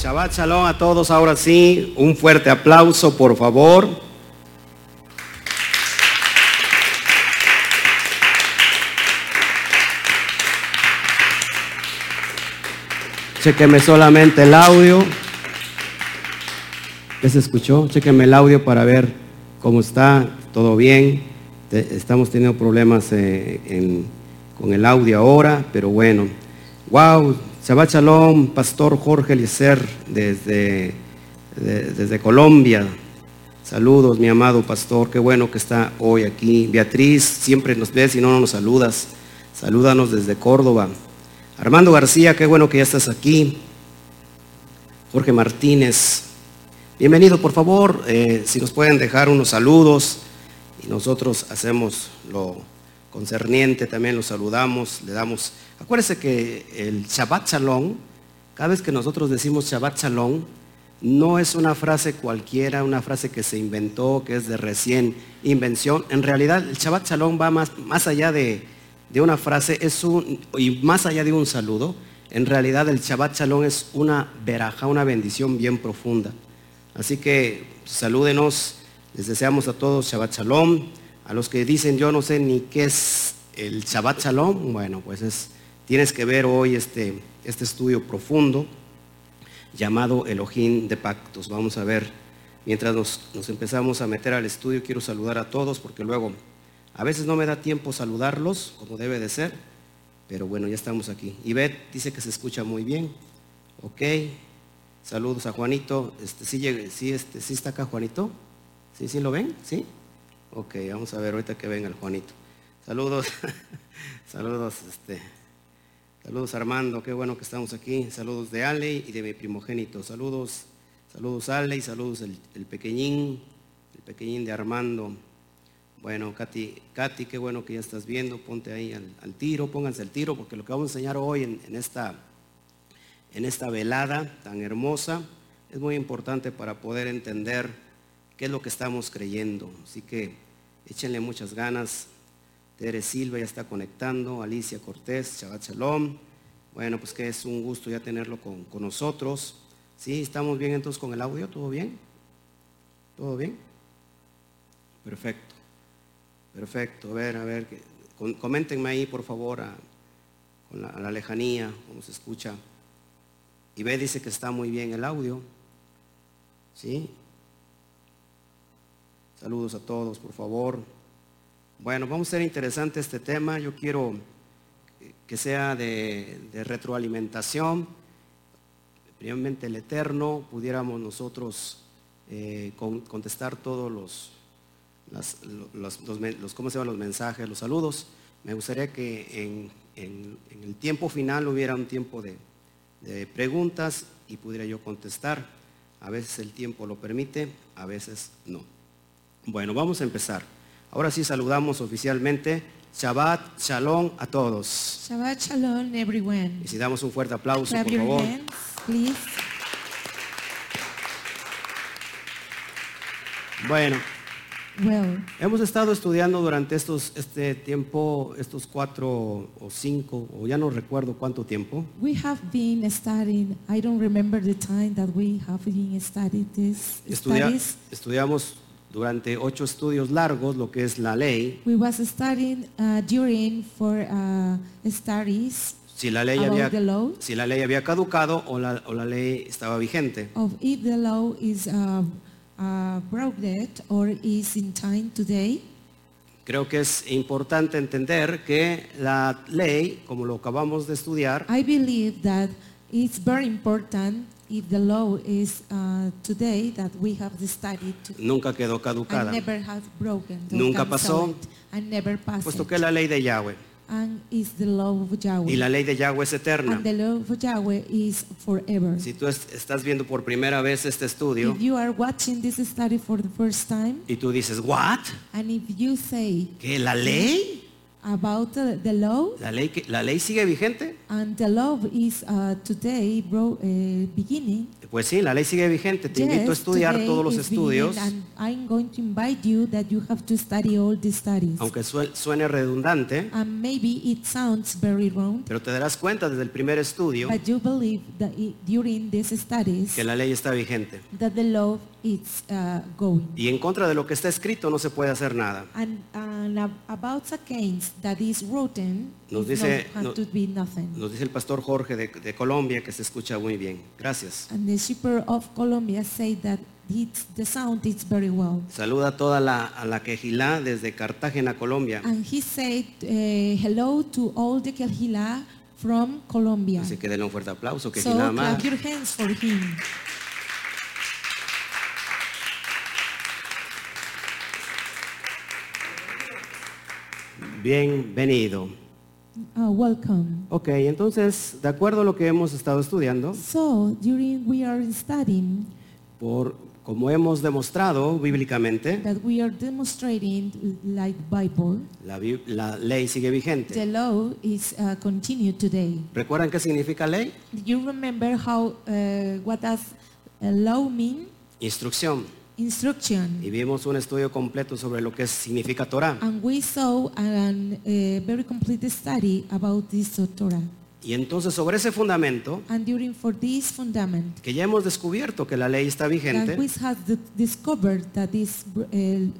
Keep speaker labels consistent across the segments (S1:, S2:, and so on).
S1: Shabbat Shalom a todos. Ahora sí, un fuerte aplauso, por favor. Chequeme solamente el audio. ¿Qué se escuchó? Chequeme el audio para ver cómo está, todo bien. Te- Estamos teniendo problemas eh, en- con el audio ahora, pero bueno. Wow, Shabbat Shalom, Pastor Jorge Eliezer desde, de- desde Colombia. Saludos, mi amado pastor, qué bueno que está hoy aquí. Beatriz, siempre nos ves y no nos saludas. Salúdanos desde Córdoba. Armando García, qué bueno que ya estás aquí. Jorge Martínez, bienvenido, por favor, eh, si nos pueden dejar unos saludos y nosotros hacemos lo concerniente, también los saludamos, le damos. Acuérdense que el Shabbat Shalom, cada vez que nosotros decimos Shabbat Shalom, no es una frase cualquiera, una frase que se inventó, que es de recién invención. En realidad, el Shabbat Shalom va más, más allá de, de una frase es un, y más allá de un saludo. En realidad, el Shabbat Shalom es una veraja, una bendición bien profunda. Así que salúdenos, les deseamos a todos Shabbat Shalom. A los que dicen yo no sé ni qué es el Shabbat Shalom, bueno, pues es, tienes que ver hoy este, este estudio profundo llamado Elohim de Pactos. Vamos a ver, mientras nos, nos empezamos a meter al estudio, quiero saludar a todos porque luego a veces no me da tiempo saludarlos como debe de ser, pero bueno, ya estamos aquí. Ivette dice que se escucha muy bien. Ok, saludos a Juanito. Este, ¿sí, llega- sí, este, ¿Sí está acá Juanito? ¿Sí, sí lo ven? ¿Sí? Ok, vamos a ver ahorita que venga el Juanito. Saludos, saludos, este, Saludos Armando, qué bueno que estamos aquí. Saludos de Ale y de mi primogénito. Saludos, saludos Ale y saludos el, el pequeñín, el pequeñín de Armando. Bueno, Katy, Katy, qué bueno que ya estás viendo. Ponte ahí al, al tiro, pónganse al tiro, porque lo que vamos a enseñar hoy en, en esta, en esta velada tan hermosa es muy importante para poder entender qué es lo que estamos creyendo. Así que échenle muchas ganas, Tere Silva ya está conectando, Alicia Cortés, Shabbat Shalom. Bueno, pues que es un gusto ya tenerlo con, con nosotros. ¿Sí? ¿Estamos bien entonces con el audio? ¿Todo bien? ¿Todo bien? Perfecto. Perfecto. A ver, a ver, que- con- coméntenme ahí por favor a, con la, a la lejanía, cómo se escucha. Y ve, dice que está muy bien el audio. ¿Sí? Saludos a todos, por favor. Bueno, vamos a ser interesante este tema. Yo quiero que sea de, de retroalimentación. Primeramente el Eterno, pudiéramos nosotros eh, con- contestar todos los, las- lo- los, los men- los- ¿cómo se llaman? los mensajes, los saludos. Me gustaría que en, en- en el tiempo final hubiera un tiempo de, de preguntas y pudiera yo contestar. A veces el tiempo lo permite, a veces no. Bueno, vamos a empezar. Ahora sí saludamos oficialmente. Shabbat, shalom a todos.
S2: Shabbat shalom, everyone.
S1: Y si damos un fuerte aplauso,
S2: Clap
S1: por
S2: your
S1: favor.
S2: hands, please.
S1: Bueno,
S2: Well,
S1: hemos estado estudiando durante estos, este tiempo, estos cuatro o cinco, o ya no recuerdo cuánto tiempo,
S2: we have been studying. I don't remember the time that we have been studying this
S1: Estudia-
S2: studies.
S1: estudiamos durante ocho estudios largos lo que es la ley,
S2: We was studying uh, during for uh, studies
S1: si la ley,
S2: About
S1: había,
S2: the law.
S1: si la ley había caducado o la, o la ley estaba vigente.
S2: of if the law is uh, uh, broken or is in time today.
S1: Creo que es importante entender que la ley, como lo acabamos de estudiar,
S2: I believe that it's very important if the law is uh, today that we have studied to
S1: nunca quedó caducada,
S2: I never have broken. or
S1: Nunca pasó.
S2: cancelled. I never passed.
S1: puesto que es la ley de Yahweh.
S2: And is the law of Yahweh.
S1: Y la ley de Yahweh es eterna.
S2: And the law of Yahweh is forever.
S1: Si tú es- estás viendo por primera vez este estudio
S2: If you are watching this study for the first time,
S1: y tú dices, ¿what?
S2: and if you say
S1: ¿Qué? ¿La ley?
S2: about the, the law,
S1: ¿La ley, que- ¿La ley sigue vigente?
S2: And the law is uh, today bro, eh, beginning.
S1: Pues sí, la ley sigue vigente. Te invito a
S2: Yes,
S1: estudiar
S2: today
S1: todos los
S2: is beginning,
S1: estudios,
S2: And I'm going to invite you that you have to study all these studies.
S1: aunque sue- suene redundante,
S2: And maybe it sounds very wrong,
S1: pero te darás cuenta desde el primer estudio
S2: but you believe that i- during these studies
S1: que la ley está vigente.
S2: that the law is uh, going.
S1: Y en contra de lo que está escrito no se puede hacer nada.
S2: And, and ab- about against that is written,
S1: Nos
S2: it
S1: dice-
S2: not
S1: no-
S2: have to be nothing.
S1: Nos dice el pastor Jorge de, de Colombia que se escucha muy bien. Gracias.
S2: And the shipper of Colombia say that it's, the sound is very well.
S1: Saluda a toda la, a la quejilá desde Cartagena, Colombia.
S2: And he said uh, hello to all the Kehila from Colombia.
S1: Así que denle un fuerte aplauso,
S2: So
S1: quejilá más.
S2: clap your hands for him.
S1: Bienvenido.
S2: Uh, welcome.
S1: Ok, entonces, de acuerdo a lo que hemos estado estudiando,
S2: So during we are studying
S1: por, como hemos demostrado bíblicamente,
S2: that we are demonstrating like Bible,
S1: la, bi- la ley sigue
S2: the
S1: vigente.
S2: law is uh, continued today.
S1: ¿Recuerdan qué significa ley?
S2: Do you remember how uh, what does uh, law mean?
S1: Instrucción.
S2: Instruction.
S1: Y vimos un estudio completo sobre lo que significa Torah.
S2: And we saw an, a very complete study about this Torah.
S1: Y entonces sobre ese fundamento,
S2: And during for this fundament,
S1: que ya hemos descubierto que la ley está
S2: that we
S1: vigente,
S2: has d- discovered that is uh,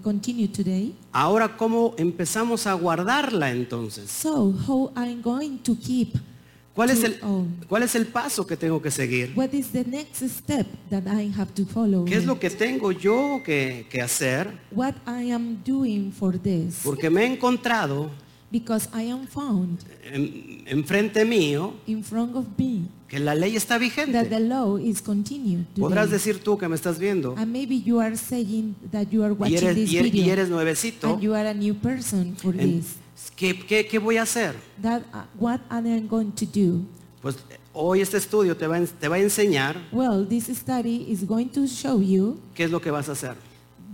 S2: continue today.
S1: ahora cómo empezamos a guardarla entonces.
S2: So how I'm going to keep?
S1: ¿Cuál es,
S2: To
S1: el,
S2: own.
S1: ¿Cuál es el paso que tengo que seguir?
S2: What is the next step that I have to follow?
S1: ¿Qué es lo que tengo yo que, que hacer?
S2: What I am doing for this?
S1: Porque me he encontrado
S2: Because I am found
S1: en- enfrente mío
S2: in front of me
S1: que la ley está
S2: that the
S1: vigente.
S2: law is continued. today.
S1: Podrás decir tú que me estás viendo
S2: and maybe you are saying that you are
S1: y
S2: watching
S1: eres,
S2: this
S1: y eres- y
S2: video
S1: eres nuevecito.
S2: and you are a new person for
S1: en-
S2: this.
S1: ¿qué, qué, qué voy a hacer?
S2: That uh, what am I going to do?
S1: Pues eh, hoy este estudio te va, a ens- te va a enseñar
S2: Well, this study is going to show you
S1: qué es lo que vas a hacer.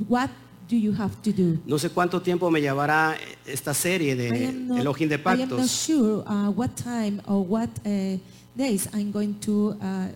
S2: What do you have to do?
S1: No sé cuánto tiempo me llevará eh, esta serie de
S2: I am not-
S1: Elohim de
S2: I am not
S1: Pactos,
S2: sure uh, what time or what uh, days I'm going to uh,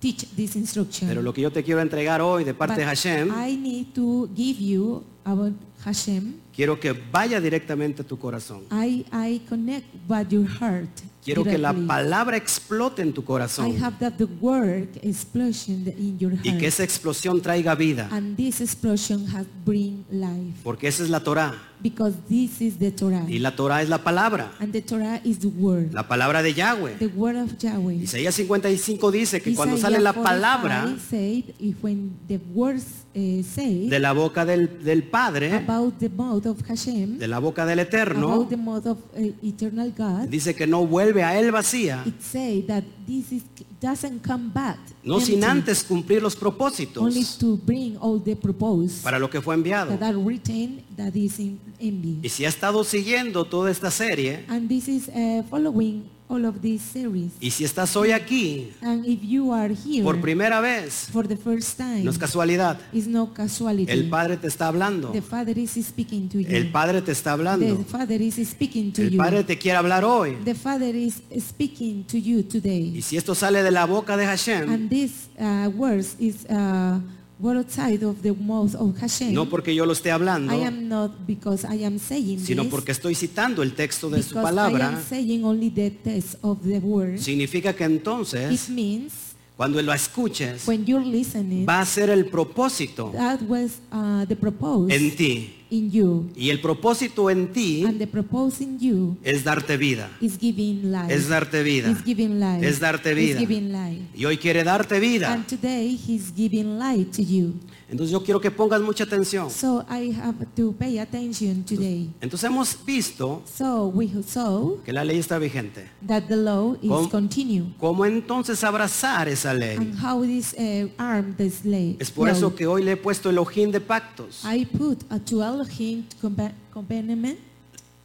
S2: teach this instruction.
S1: pero lo que yo te quiero entregar hoy de parte
S2: But
S1: de Hashem,
S2: I need to give you about Hashem.
S1: quiero que vaya directamente a tu corazón.
S2: I, I connect with your heart.
S1: Quiero que la
S2: directly.
S1: palabra explote en tu
S2: I
S1: corazón
S2: have that the word explosion in your heart.
S1: y que esa explosión traiga vida,
S2: And this explosion has bring life.
S1: porque esa es la Torah
S2: Because this is the Torah.
S1: y la Torah es la palabra,
S2: And the Torah is the word.
S1: la palabra de Yahweh.
S2: The word of Yahweh.
S1: Isaías 55 dice que cuando
S2: Isaías
S1: sale la
S2: 45
S1: palabra
S2: said, if when the words eh, say
S1: de la boca del, del Padre,
S2: about the mouth of Hashem,
S1: de la boca del Eterno,
S2: about the mouth of eh, eternal God,
S1: dice que no vuelve a él vacía,
S2: it say that this is, doesn't come back
S1: no sin
S2: empty,
S1: antes cumplir los
S2: only
S1: propósitos
S2: to bring all the proposed
S1: para lo que fue enviado.
S2: that are written that is in envy.
S1: Y si ha estado siguiendo toda esta serie,
S2: And this is eh, following all of this series.
S1: y si estás hoy aquí
S2: And if you are here
S1: por primera vez,
S2: for the first time,
S1: no es casualidad,
S2: it's no casuality.
S1: el Padre te está hablando,
S2: the Father is speaking to you.
S1: el Padre te está hablando,
S2: The Father is speaking to
S1: el
S2: you.
S1: Padre te quiere hablar hoy.
S2: The Father is speaking to you
S1: Y
S2: today.
S1: si esto sale de la boca de Hashem,
S2: And this uh, words is uh, word outside of the mouth of Hashem.
S1: no porque yo lo esté
S2: I
S1: hablando,
S2: am not because I am saying
S1: sino
S2: this,
S1: porque estoy citando el texto de
S2: because
S1: su
S2: I am
S1: palabra,
S2: saying only the text of the word.
S1: significa que entonces
S2: It means
S1: Cuando lo escuches,
S2: when you're listening,
S1: va a ser el propósito
S2: that was uh, the propose
S1: en ti.
S2: in you.
S1: Y el propósito en ti
S2: And the propose in you
S1: es darte vida.
S2: is giving life.
S1: Es darte vida.
S2: Is giving life.
S1: Es darte
S2: Is
S1: vida.
S2: giving life.
S1: Y hoy quiere darte vida.
S2: And today he's giving light to you.
S1: Entonces yo quiero que pongas mucha atención.
S2: So I have to pay attention today.
S1: Entonces hemos visto
S2: So we saw
S1: que la ley está vigente.
S2: that the law is
S1: Com-
S2: continue
S1: ¿Cómo entonces abrazar esa ley?
S2: and how it is uh, armed this lay.
S1: Es por
S2: law.
S1: eso que hoy le he puesto el ojín de pactos.
S2: I put a to Elohim compa- accompaniment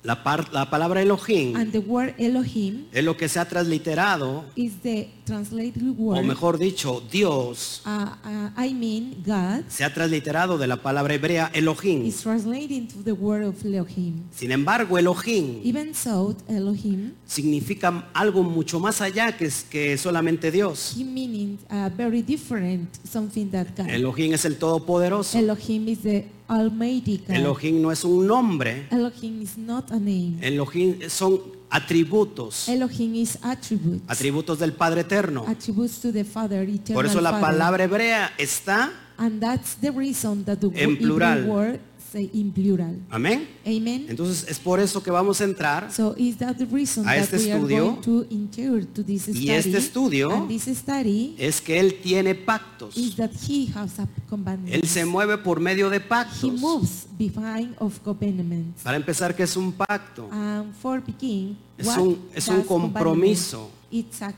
S1: La, par- la palabra Elohim
S2: And the word Elohim
S1: es lo que se ha transliterado,
S2: is the translated
S1: o
S2: word.
S1: mejor dicho, Dios
S2: uh, uh, I mean, God
S1: se ha transliterado de la palabra hebrea Elohim.
S2: is translated to the word of Elohim.
S1: Sin embargo, Elohim
S2: Even so, Elohim,
S1: significa algo mucho más allá que, es- que solamente Dios.
S2: he meaning uh, very different something that God.
S1: Elohim es el Todopoderoso.
S2: Elohim is the Almighty God.
S1: Elohim no es un nombre.
S2: Elohim is not a name.
S1: Elohim son atributos,
S2: Elohim is attributes.
S1: atributos del Padre Eterno.
S2: attributes to the Father, eternal
S1: Por eso la
S2: Father.
S1: palabra hebrea está,
S2: And that's the reason that the
S1: En
S2: Hebrew
S1: plural.
S2: word say in plural.
S1: amén.
S2: Amen.
S1: Entonces es por eso que vamos a entrar
S2: So is that the reason
S1: A
S2: that
S1: este
S2: we are
S1: estudio,
S2: going to enter to this study?
S1: y este estudio,
S2: and this study
S1: es que él tiene pactos.
S2: is that he has a commandment.
S1: Él se mueve por medio de
S2: he
S1: pactos.
S2: moves behind of commandments.
S1: Para empezar, ¿qué es un pacto?
S2: And for begin,
S1: Es
S2: what
S1: un- es un
S2: does commandment?
S1: compromiso.
S2: It's a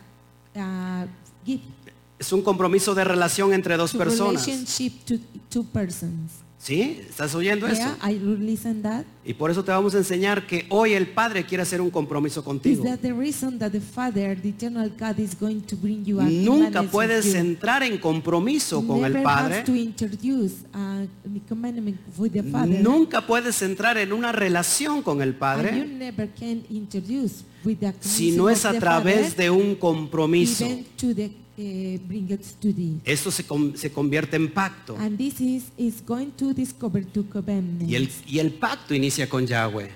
S2: uh, gift
S1: Es un compromiso de relación entre dos
S2: to
S1: personas.
S2: relationship to two persons.
S1: ¿Sí? ¿Estás oyendo eso?
S2: Yeah, I will listen that.
S1: Y por eso te vamos a enseñar que hoy el Padre quiere hacer un compromiso
S2: Is
S1: contigo.
S2: that the reason that the Father, the eternal God, is going to bring you a
S1: Nunca
S2: commandments
S1: puedes
S2: with you?
S1: entrar en compromiso con
S2: Never
S1: el
S2: has
S1: Padre.
S2: to introduce a commandment with the Father.
S1: Nunca puedes entrar en una relación con el
S2: And you
S1: Padre
S2: never can introduce with the
S1: si no es
S2: commandments of
S1: a
S2: the
S1: través
S2: Father,
S1: de un compromiso.
S2: even to the eh, bring it to thee.
S1: Esto se, com- se convierte en pacto.
S2: And this is is going to discover two commandments.
S1: Y el, y el pacto inicia con Yahweh.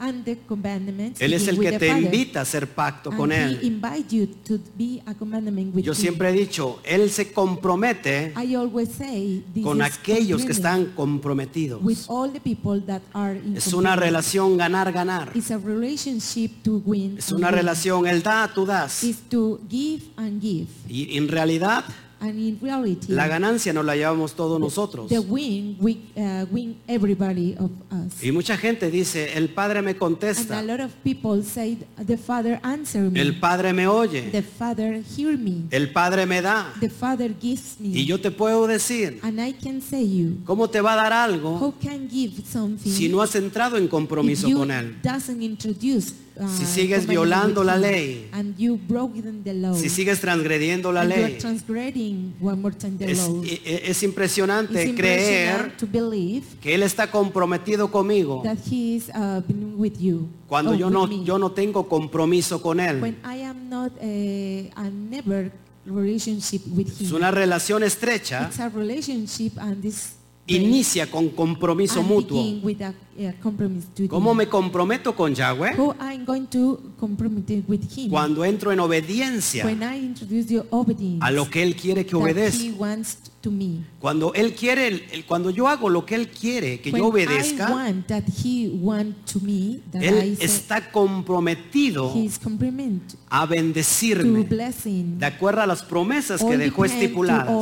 S2: and the commandments
S1: Él es
S2: begin
S1: el
S2: with
S1: que
S2: the
S1: te
S2: Father.
S1: invita a hacer pacto con
S2: And He
S1: Él.
S2: invite you to be a commandment with
S1: Yo
S2: him.
S1: siempre he dicho, Él se compromete
S2: I always say this
S1: con
S2: is
S1: aquellos que
S2: commandment.
S1: están comprometidos.
S2: with all the people that are in
S1: Es una
S2: community.
S1: relación ganar-ganar.
S2: It's a relationship to win
S1: Es
S2: and
S1: una
S2: win.
S1: relación, Él da, tú das.
S2: It's to give and give
S1: Y en realidad,
S2: and in reality
S1: la ganancia nos la llevamos todos nosotros.
S2: the win we uh, win everybody of us
S1: Y mucha gente dice, el Padre me
S2: and a
S1: contesta,
S2: lot of people say the father answer me
S1: el Padre me oye,
S2: the father hear me
S1: el Padre me da.
S2: the father gives me
S1: Y yo te puedo decir,
S2: and I can say you
S1: ¿cómo te va a dar
S2: who
S1: algo
S2: can give something
S1: si no has entrado en
S2: if
S1: compromiso
S2: you
S1: con Él?
S2: doesn't introduce uh,
S1: Si sigues
S2: commandment
S1: violando
S2: with
S1: la
S2: him
S1: ley.
S2: and you broken the law
S1: Si sigues transgrediendo la
S2: Oh. And you are
S1: ley,
S2: transgressing one more time the
S1: es,
S2: law.
S1: e- e- es
S2: It's
S1: impresionante creer
S2: impossible to believe
S1: que Él está comprometido conmigo
S2: that he is uh, been with you.
S1: cuando
S2: or
S1: yo
S2: oh, with
S1: no,
S2: me.
S1: yo no tengo compromiso con Él.
S2: when I am not a, a never relationship with
S1: Es
S2: him.
S1: una relación estrecha,
S2: It's a relationship and this
S1: inicia con compromiso
S2: and
S1: mutuo.
S2: begin with a, a compromise to
S1: ¿Cómo
S2: him.
S1: me comprometo con Yahweh?
S2: Who I'm going to compromise with him
S1: cuando entro en obediencia
S2: when I introduce your obedience
S1: a lo que Él quiere que
S2: that he
S1: obedezca.
S2: wants to me.
S1: Cuando Él quiere, el- el- cuando yo hago lo que Él quiere que
S2: when
S1: yo
S2: I
S1: obedezca,
S2: want that he want to me that I
S1: Él
S2: say,
S1: está comprometido
S2: His compliment
S1: a
S2: to
S1: bendecirme
S2: blessing
S1: de acuerdo a las promesas
S2: all
S1: que
S2: the
S1: dejó
S2: time to all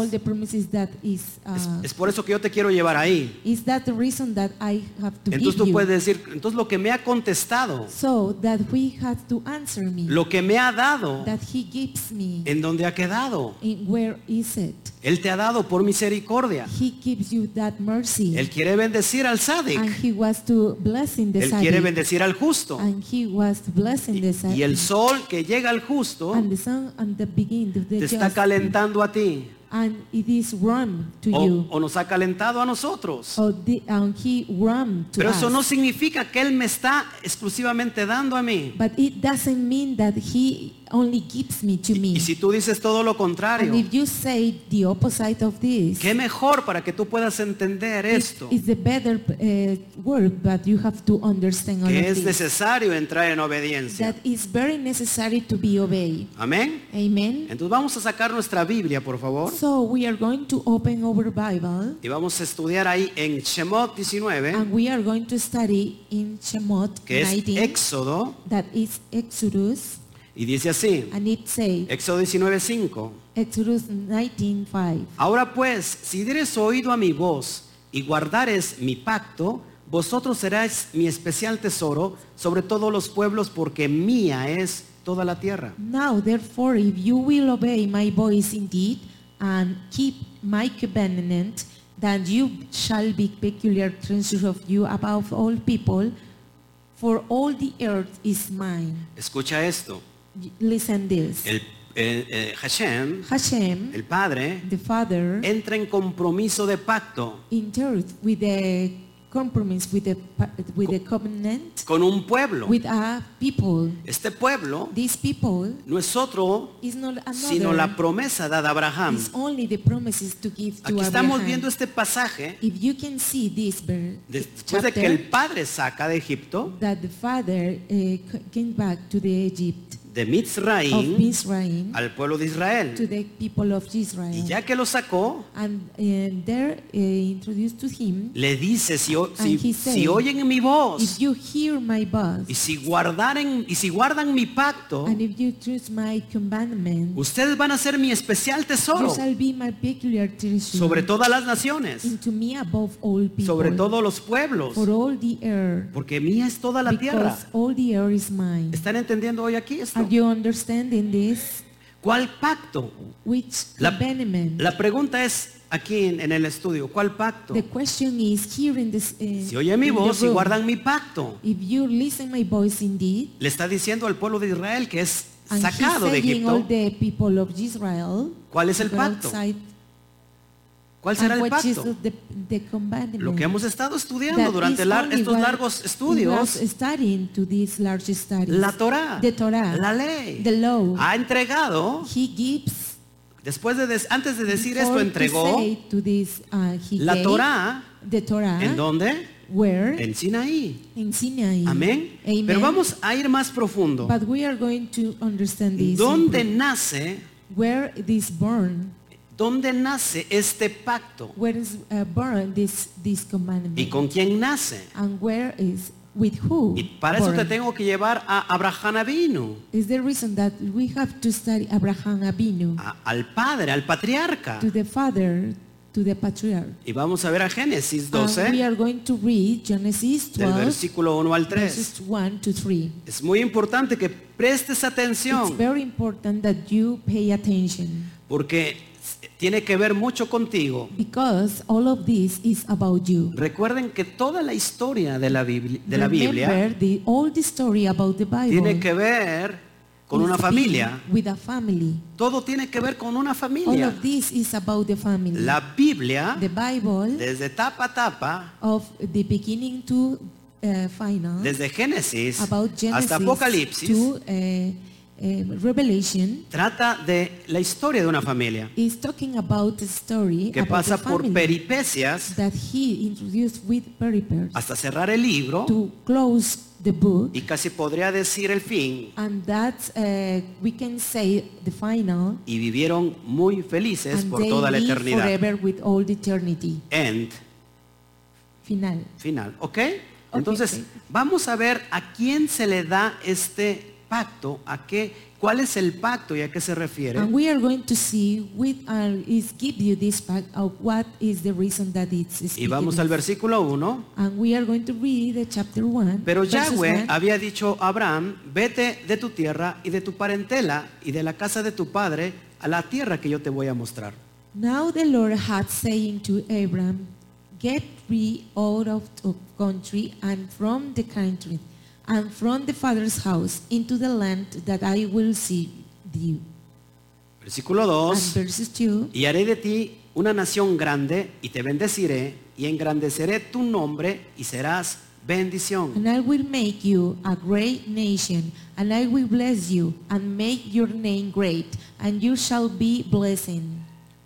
S1: estipuladas.
S2: the promises that is uh,
S1: Es, es por eso que yo te quiero llevar ahí.
S2: is that the reason that I have to
S1: Entonces
S2: give
S1: tú
S2: you
S1: puedes decir, entonces lo que me ha contestado,
S2: so that we have to answer me
S1: lo que me ha dado,
S2: that he gives me
S1: ¿en dónde ha quedado?
S2: in where is it
S1: Él te ha dado por misericordia.
S2: he gives you that mercy
S1: Él quiere bendecir al
S2: and
S1: sádic.
S2: he was to blessing the
S1: Él quiere
S2: Sabbath
S1: bendecir al justo.
S2: and he was to blessing the
S1: Y, y el sol que llega al justo
S2: and the sun and the beginning of the
S1: te está
S2: just
S1: calentando a ti
S2: and it is warm to
S1: o,
S2: you
S1: o nos ha calentado a nosotros.
S2: or the, and he warm to
S1: Pero
S2: us
S1: eso no significa que Él me está exclusivamente dando a mí.
S2: But it doesn't mean that he only gives me to me.
S1: Y si tú dices todo lo
S2: And
S1: contrario,
S2: if you say the opposite of this,
S1: qué mejor para que tú puedas entender
S2: it's,
S1: esto,
S2: it's the better uh, word, but you have to understand all
S1: que
S2: of
S1: es
S2: this.
S1: necesario entrar en obediencia.
S2: That is very necessary to be obeyed.
S1: Amén.
S2: Amen.
S1: Entonces vamos a sacar nuestra Biblia, por favor,
S2: So we are going to open our Bible
S1: y vamos a estudiar ahí en Shemot 19,
S2: and we are going to study in Shemot
S1: que es
S2: 19,
S1: Éxodo,
S2: that is Exodus,
S1: y dice así,
S2: and it says
S1: Éxodo 19.5.
S2: Exodus 19:5.
S1: Ahora pues, si dieres oído a mi voz y guardares mi pacto, vosotros seráis mi especial tesoro sobre todos los pueblos, porque mía es toda la tierra.
S2: Now therefore if you will obey my voice indeed and keep my covenant, then you shall be peculiar treasure of you above all people, For all the earth is mine.
S1: Escucha esto.
S2: Y- Listen this.
S1: El, el- eh, Hashem,
S2: Hashem,
S1: el Padre,
S2: the Father,
S1: entra en compromiso de pacto
S2: in truth with the compromise, with the, pa- with the covenant,
S1: con un pueblo.
S2: with a people.
S1: Este pueblo
S2: This people
S1: no es otro
S2: is not
S1: sino
S2: another.
S1: la promesa dada a Abraham.
S2: It's only the promises to give to
S1: Aquí estamos
S2: Abraham.
S1: viendo este pasaje
S2: If you can see this ver-
S1: después
S2: chapter
S1: de que el Padre saca de Egipto,
S2: that the father eh, c- came back to the Egypt
S1: de
S2: of
S1: Mitzraim
S2: Israel
S1: al pueblo de
S2: to
S1: Israel.
S2: the people of
S1: Y
S2: Israel,
S1: ya que lo sacó,
S2: and, and there eh, introduced to him,
S1: le dice, si, o- si-
S2: And he
S1: si
S2: said,
S1: oyen mi
S2: if
S1: voz
S2: you hear my
S1: y
S2: voice
S1: si, guardaren, y si guardan mi pacto,
S2: and if you choose my commandment,
S1: ustedes van a ser mi especial
S2: you
S1: tesoro
S2: shall be my peculiar treasure
S1: sobre todas las naciones,
S2: into me above all people,
S1: sobre todos los pueblos,
S2: for all the earth,
S1: porque mía es toda la tierra.
S2: because all the earth is mine.
S1: ¿Están entendiendo hoy aquí
S2: Are
S1: esto?
S2: you understanding this?
S1: ¿Cuál pacto?
S2: Which
S1: La-
S2: covenant?
S1: La pregunta es aquí en, en el estudio, ¿cuál pacto?
S2: The question is here in this. eh,
S1: Si oye mi
S2: in the
S1: voz y
S2: room,
S1: guardan mi pacto,
S2: If you listen my voice indeed,
S1: le está diciendo al pueblo de Israel que es
S2: and he's
S1: sacado de
S2: saying all
S1: Egipto,
S2: the people of Israel.
S1: ¿cuál es el
S2: were
S1: pacto?
S2: outside,
S1: ¿Cuál será
S2: and
S1: el
S2: what is
S1: pacto?
S2: the, the commandment
S1: Lo que hemos estado
S2: that
S1: estudiando durante
S2: is
S1: lar-
S2: only
S1: estos
S2: what
S1: largos
S2: we
S1: estudios,
S2: was studying to these large studies.
S1: la Torá,
S2: the Torah,
S1: la ley,
S2: the law.
S1: ha entregado,
S2: He gives.
S1: después de des- antes de decir
S2: before
S1: esto,
S2: to
S1: entregó
S2: say Ah. to this, uh, he
S1: la
S2: gave
S1: Torá,
S2: The Torah.
S1: ¿en dónde?
S2: Where?
S1: En Sinaí.
S2: in Sinai.
S1: Amén.
S2: Amen.
S1: Pero vamos a ir más profundo.
S2: But we are going to understand this.
S1: ¿Dónde nace,
S2: Where this born?
S1: dónde nace este pacto?
S2: Where is uh, born this this commandment?
S1: ¿Y con quién nace?
S2: And where is with who?
S1: Y para eso te
S2: born?
S1: tengo que llevar a Abraham Avinu,
S2: Is the reason that we have to study Abraham Avinu
S1: a- al padre, al patriarca.
S2: to the father, to the patriarch.
S1: Y vamos a ver a Génesis
S2: And Ah, we
S1: 12,
S2: are going to read Genesis
S1: del
S2: 12,
S1: versículo 1 al 3.
S2: verses 1 to 3.
S1: Es muy importante que prestes
S2: It's
S1: atención
S2: very important that you pay attention
S1: porque tiene que ver mucho contigo.
S2: because all of this is about you.
S1: Recuerden que toda la historia de la Biblia, de la Biblia
S2: Remember the all the story about the Bible.
S1: tiene que ver con una
S2: It's
S1: familia.
S2: been With a family.
S1: Todo tiene que ver con una
S2: All
S1: familia.
S2: of this is about the family.
S1: La Biblia,
S2: the Bible
S1: desde tapa a tapa,
S2: of the beginning to uh, final.
S1: desde Génesis
S2: about Genesis
S1: hasta Apocalipsis,
S2: to uh, uh, Revelation
S1: trata de la historia de una familia
S2: is talking about the story
S1: que
S2: about
S1: pasa
S2: the
S1: por
S2: family
S1: peripecias
S2: that he introduced with peripers
S1: hasta cerrar el libro
S2: to close the book
S1: y casi podría decir el fin.
S2: and that uh, we can say the final
S1: Y vivieron muy felices
S2: and
S1: por
S2: they
S1: toda la
S2: live
S1: eternidad.
S2: forever with all the eternity.
S1: End,
S2: Final.
S1: final, ¿ok? Entonces,
S2: ok.
S1: vamos a ver a quién se le da este pacto, a qué, cuál es el pacto y a qué se refiere.
S2: And we are going to see with our, is give you this fact of what is the reason that it's
S1: Y
S2: speaking.
S1: vamos al versículo 1.
S2: And we are going to read the chapter 1.
S1: Pero
S2: verses
S1: Yahweh
S2: 1.
S1: había dicho a Abraham, vete de tu tierra y de tu parentela y de la casa de tu padre a la tierra que yo te voy a mostrar.
S2: Now the Lord had saying to Abram, Get thee out of the country and from the country and from the father's house into the land that I will see thee.
S1: Versículo
S2: And
S1: 2.
S2: verses 2.
S1: Y haré de ti una nación grande y te bendeciré y engrandeceré tu nombre y serás bendición.
S2: And I will make you a great nation, and I will bless you, and make your name great, and you shall be blessing.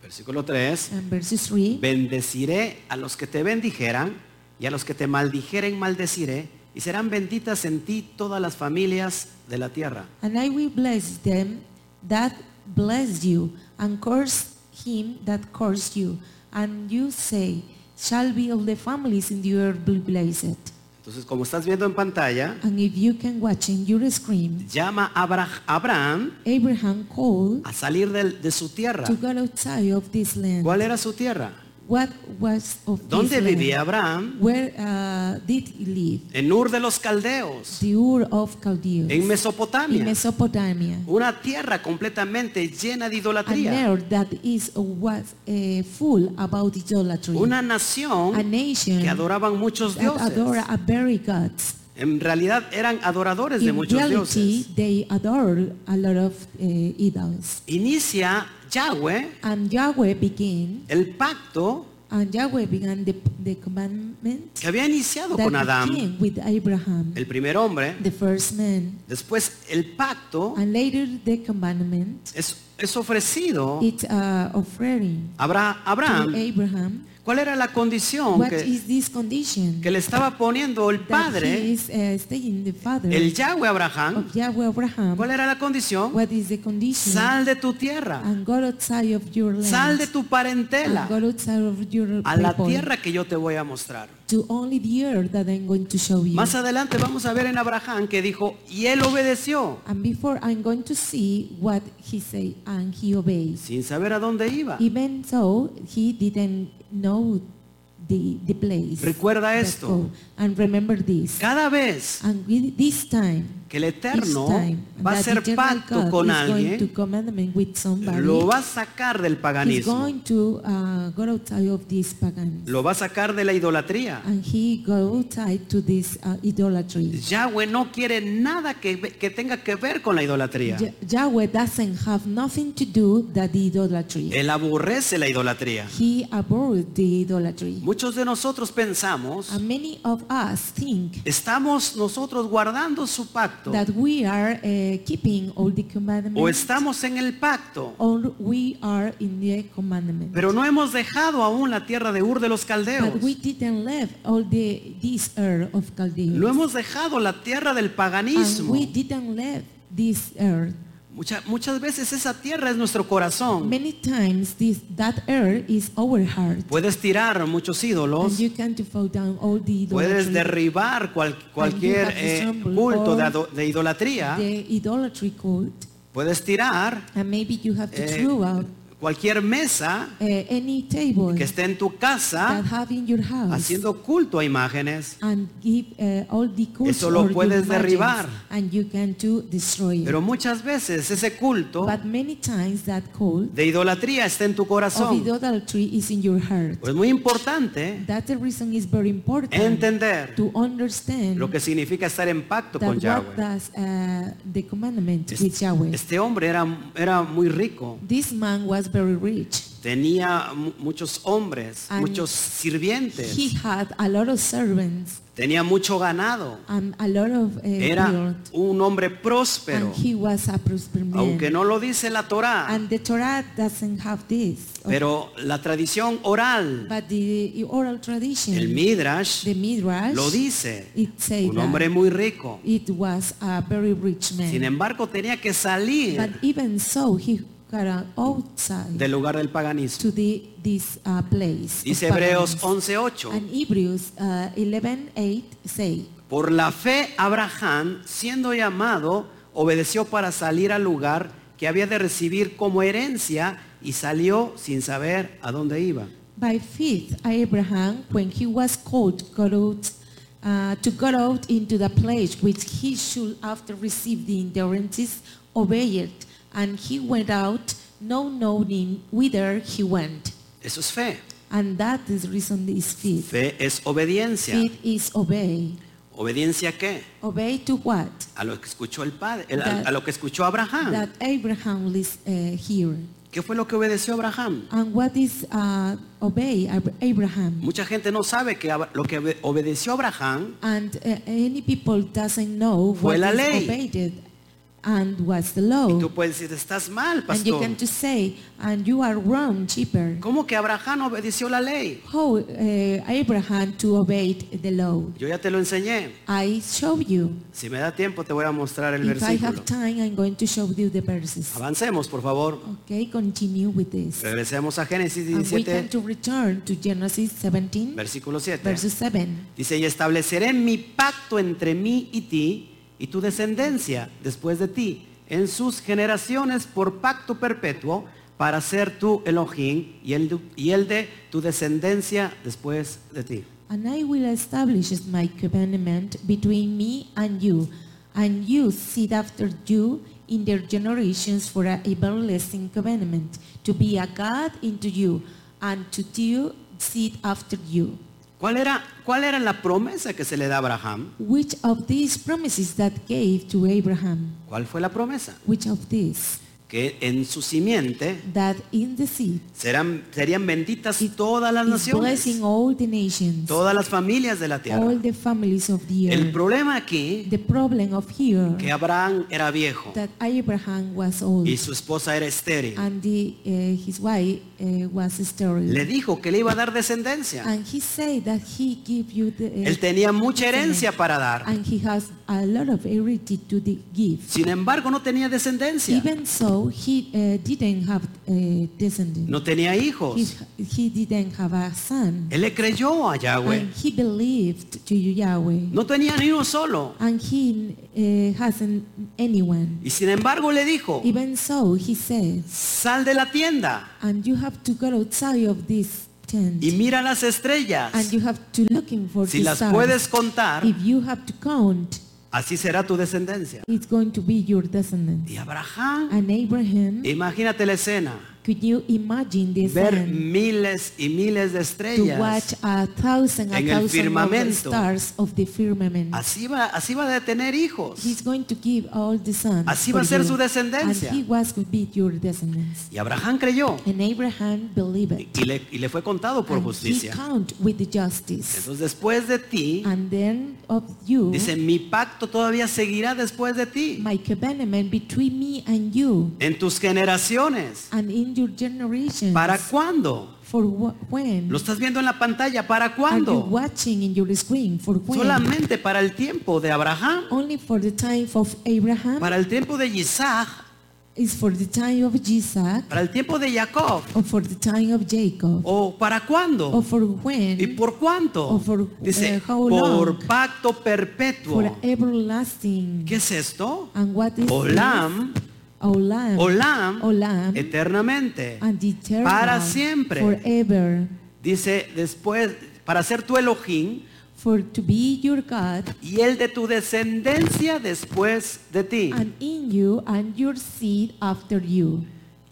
S1: Versículo 3.
S2: And verses 3.
S1: Bendeciré a los que te bendijeran y a los que te maldijeren maldeciré y serán benditas en ti todas las familias de la tierra.
S2: And I will bless them that bless you, and curse him that curse you. And you say, shall be all the families in the earth be blessed.
S1: Entonces, como estás viendo en pantalla,
S2: And if you can watch in your screen,
S1: llama a Abra- Abraham
S2: Abraham called
S1: a salir del- de su tierra.
S2: to go outside of this land.
S1: ¿Cuál era su tierra?
S2: What was of this
S1: ¿Dónde
S2: land?
S1: vivía Abraham?
S2: Where uh, did he live?
S1: En Ur de los Caldeos,
S2: The Ur of Chaldeus.
S1: en
S2: in
S1: Mesopotamia,
S2: Mesopotamia.
S1: una tierra completamente llena de
S2: An
S1: idolatría,
S2: earth that is or was eh, full about idolatry.
S1: una
S2: a
S1: nación
S2: nation
S1: que adoraban muchos
S2: that
S1: dioses.
S2: adora a very gods.
S1: En realidad eran adoradores de
S2: In
S1: muchos
S2: reality,
S1: dioses.
S2: they adore a lot of uh, idols.
S1: Inicia Yahweh
S2: And Yahweh began,
S1: el pacto
S2: and Yahweh began the, the commandment
S1: que había iniciado
S2: that
S1: con Adán,
S2: began with Abraham,
S1: el primer hombre.
S2: the first man.
S1: Después el pacto
S2: And later the commandment,
S1: es, es ofrecido
S2: it's uh, offering
S1: a Abra-
S2: to
S1: Abraham.
S2: Abraham.
S1: ¿Cuál era la condición
S2: eh, What
S1: que,
S2: is this condition?
S1: que le estaba poniendo el
S2: That he
S1: padre,
S2: is uh, staying the father
S1: el Yahweh Abraham?
S2: of Yahweh Abraham.
S1: ¿Cuál era la condición?
S2: What is the condition?
S1: Sal de tu tierra,
S2: and go outside of your land.
S1: sal de tu
S2: and
S1: parentela
S2: go outside of your
S1: a la
S2: people
S1: tierra que yo te voy a mostrar.
S2: to only the earth that I'm going to show you.
S1: Más adelante vamos a ver en Abraham que dijo, y él obedeció,
S2: and before I'm going to see what he said and he obeys.
S1: sin saber a dónde iba.
S2: Even so, he didn't know the, the place.
S1: Recuerda
S2: Let's
S1: esto.
S2: go. And remember this.
S1: Cada vez
S2: And with this time,
S1: que el
S2: this
S1: Eterno
S2: time,
S1: va a
S2: that
S1: hacer
S2: eternal
S1: pacto
S2: God
S1: con
S2: is going to
S1: alguien,
S2: commandment with somebody.
S1: lo va a sacar del
S2: He's
S1: paganismo,
S2: going to uh, go outside of this pagan.
S1: lo va a sacar de la idolatría.
S2: And he go tied to this uh, idolatry.
S1: Yahweh no quiere nada que, ve- que tenga que ver con la idolatría.
S2: Ja- Yahweh doesn't have nothing to do that the idolatry.
S1: Él aborrece la idolatría.
S2: He abhorred the idolatry.
S1: Muchos de nosotros pensamos,
S2: And many of us think
S1: estamos nosotros guardando su pacto
S2: that we are uh, keeping all the commandments
S1: o estamos en el pacto,
S2: or we are in the commandment.
S1: pero no hemos dejado aún la tierra de Ur de los Caldeos.
S2: But we didn't leave all the this earth of Chaldeans.
S1: No hemos dejado la tierra del
S2: and
S1: paganismo.
S2: we didn't leave this earth.
S1: Mucha- muchas veces esa tierra es nuestro corazón.
S2: Many times this that earth is our heart.
S1: Puedes tirar muchos
S2: And
S1: ídolos,
S2: you can to fall down all the
S1: puedes
S2: idolatry,
S1: derribar cual- cualquier
S2: have
S1: eh,
S2: dissembled
S1: culto de,
S2: all
S1: ado- de idolatría,
S2: the idolatry cult,
S1: puedes tirar
S2: and maybe you have to
S1: Eh,
S2: throw out
S1: cualquier mesa
S2: uh, any table
S1: que esté en tu
S2: that
S1: casa
S2: have in your house
S1: haciendo culto a imágenes,
S2: and give uh, all the cults
S1: Eso lo
S2: or your
S1: puedes
S2: images,
S1: derribar.
S2: and you can to destroy it.
S1: pero muchas veces ese culto
S2: But many times that cult
S1: de idolatría está en tu
S2: of
S1: corazón. Pues
S2: idolatry is in your heart.
S1: Es muy importante
S2: That's the reason is very important
S1: entender
S2: to understand
S1: lo que significa estar en pacto
S2: that
S1: con
S2: what
S1: Yahweh.
S2: does uh, the commandment
S1: Es-
S2: with Yahweh.
S1: Este hombre era, era muy rico,
S2: This man was very rich.
S1: tenía mu- muchos hombres,
S2: And
S1: muchos
S2: He
S1: sirvientes,
S2: had a lot of servants
S1: tenía mucho ganado,
S2: and a lot of uh,
S1: era
S2: wealth,
S1: un hombre próspero,
S2: and he was a prosperous man.
S1: aunque no lo dice la Torá.
S2: and the Torah doesn't have this,
S1: Pero la tradición oral,
S2: but the oral tradition,
S1: el Midrash,
S2: the Midrash,
S1: lo dice.
S2: it says
S1: Un hombre muy rico.
S2: it was a very rich man.
S1: Sin embargo, tenía que
S2: but
S1: salir
S2: even so, he got out outside
S1: del lugar del paganismo.
S2: to the, this uh, place.
S1: Dice
S2: of
S1: Hebreos
S2: pagans. And
S1: 11:8.
S2: Hebrews uh, 11:8 say,
S1: Por la fe, Abraham, siendo llamado, obedeció para salir al lugar que había de recibir como herencia y salió sin saber a dónde iba.
S2: By faith, Abraham, when he was called, got out, uh, to go out into the place which he should after receive the endurances, obeyed, and he went out, no knowing whither he went.
S1: Eso es fe.
S2: And that is reason is faith.
S1: Fe es obediencia.
S2: Faith is obey.
S1: ¿Obediencia a qué?
S2: Obey to what?
S1: A lo que escuchó el padre, el-
S2: That-
S1: a lo que escuchó Abraham.
S2: That Abraham is uh, here.
S1: ¿Qué fue lo que obedeció Abraham?
S2: And what is uh, obey Ab- Abraham?
S1: Mucha gente no sabe que Abra- lo que obe- obedeció Abraham
S2: And uh, any people doesn't know
S1: Fue
S2: what
S1: la
S2: is
S1: ley.
S2: obeyed and what's the law.
S1: Tú puedes decir, estás mal,
S2: Oh. And you
S1: pastor.
S2: can just say, and you are wrong, cheaper.
S1: ¿Cómo que Abraham obedeció la ley?
S2: How uh, Abraham to obey the law?
S1: Yo ya te lo enseñé.
S2: I show you.
S1: Si me da tiempo te voy a mostrar el
S2: If I have
S1: versículo.
S2: time, I'm going to show you the verses.
S1: Avancemos, por favor.
S2: Okay, continue with this.
S1: Regresemos a Génesis
S2: And we
S1: 17,
S2: can to return to Genesis 17,
S1: versículo 7.
S2: verse 7.
S1: Dice, y estableceré mi pacto entre mí y ti y tu descendencia después de ti en sus generaciones por pacto perpetuo para ser tu Elohim y el, du- y el de tu descendencia después de ti.
S2: And I will establish my covenant between me and you, and you seed after you in their generations for an everlasting covenant, to be a God into you, and to you seed after you.
S1: ¿Cuál era, ¿Cuál era la promesa que se le da a Abraham?
S2: Which of these promises that gave to Abraham?
S1: ¿Cuál fue la promesa?
S2: Which of these?
S1: Que en su simiente
S2: That in the seed
S1: serán, serían benditas todas las
S2: is blessing
S1: naciones,
S2: all the nations,
S1: todas las familias de la
S2: all
S1: tierra.
S2: the families of the
S1: El
S2: earth.
S1: problema aquí,
S2: The problem of here
S1: que Abraham era viejo
S2: that Abraham was old
S1: y su esposa era estéril.
S2: and the, uh, his wife uh, was
S1: Le
S2: sterile.
S1: dijo que le iba a dar descendencia.
S2: And he said that he give you the uh,
S1: Él tenía mucha herencia para dar.
S2: and he has a lot of heredity to the give.
S1: Sin embargo, no tenía descendencia.
S2: Even so, he uh, didn't have uh, descendants.
S1: No tenía
S2: He,
S1: hijos.
S2: he didn't have a son.
S1: Él le creyó a Yahweh.
S2: And he believed to you, Yahweh.
S1: No tenía ni uno solo.
S2: And he uh, hasn't anyone.
S1: Y sin embargo le dijo,
S2: Even so, he says,
S1: sal de la tienda
S2: and you have to go outside of this tent.
S1: y mira las
S2: And
S1: estrellas.
S2: you have to looking for
S1: Si
S2: the
S1: las
S2: stars.
S1: puedes contar,
S2: If you have to count,
S1: así será tu descendencia.
S2: it's going to be your descendant.
S1: Y Abraham,
S2: And Abraham,
S1: imagínate la escena.
S2: could you imagine this
S1: Ver
S2: man
S1: miles y miles de
S2: to watch
S1: estrellas.
S2: a thousand a
S1: en el
S2: thousand of the
S1: firmamento.
S2: stars of the firmament?
S1: Así va, así va a tener hijos.
S2: He's going to give all the sons.
S1: Así va a
S2: for
S1: ser
S2: you,
S1: su descendencia.
S2: And he was could be your descendants.
S1: Y Abraham creyó
S2: And Abraham believed it.
S1: y le, y le fue contado por
S2: and He
S1: justicia.
S2: count with the justice.
S1: Entonces después de ti,
S2: And then of you,
S1: dice, mi pacto todavía seguirá después de ti.
S2: my covenant between me and you,
S1: En tus generaciones.
S2: and in your generations.
S1: ¿Para cuándo?
S2: For wh- when?
S1: Lo estás viendo en la pantalla. ¿Para
S2: Are you
S1: cuándo?
S2: watching in your screen? For when?
S1: Solamente para el tiempo de Abraham,
S2: Only for the time of Abraham?
S1: para el tiempo de Isaac,
S2: Is for the time of Isaac?
S1: para el tiempo de Jacob.
S2: Or for the time of Jacob?
S1: ¿O para
S2: Or
S1: cuándo?
S2: for when?
S1: ¿Y por cuánto?
S2: O por-
S1: Dice,
S2: eh, how long? eh,
S1: por pacto perpetuo.
S2: For everlasting.
S1: ¿Qué es esto?
S2: And what is
S1: Olam,
S2: this? Olam.
S1: Olam,
S2: Olam.
S1: eternamente.
S2: and eternal.
S1: para siempre.
S2: Forever.
S1: Dice después, para ser tu Elohim
S2: For to be your God.
S1: y el de tu descendencia después de ti.
S2: And in you and your seed after you.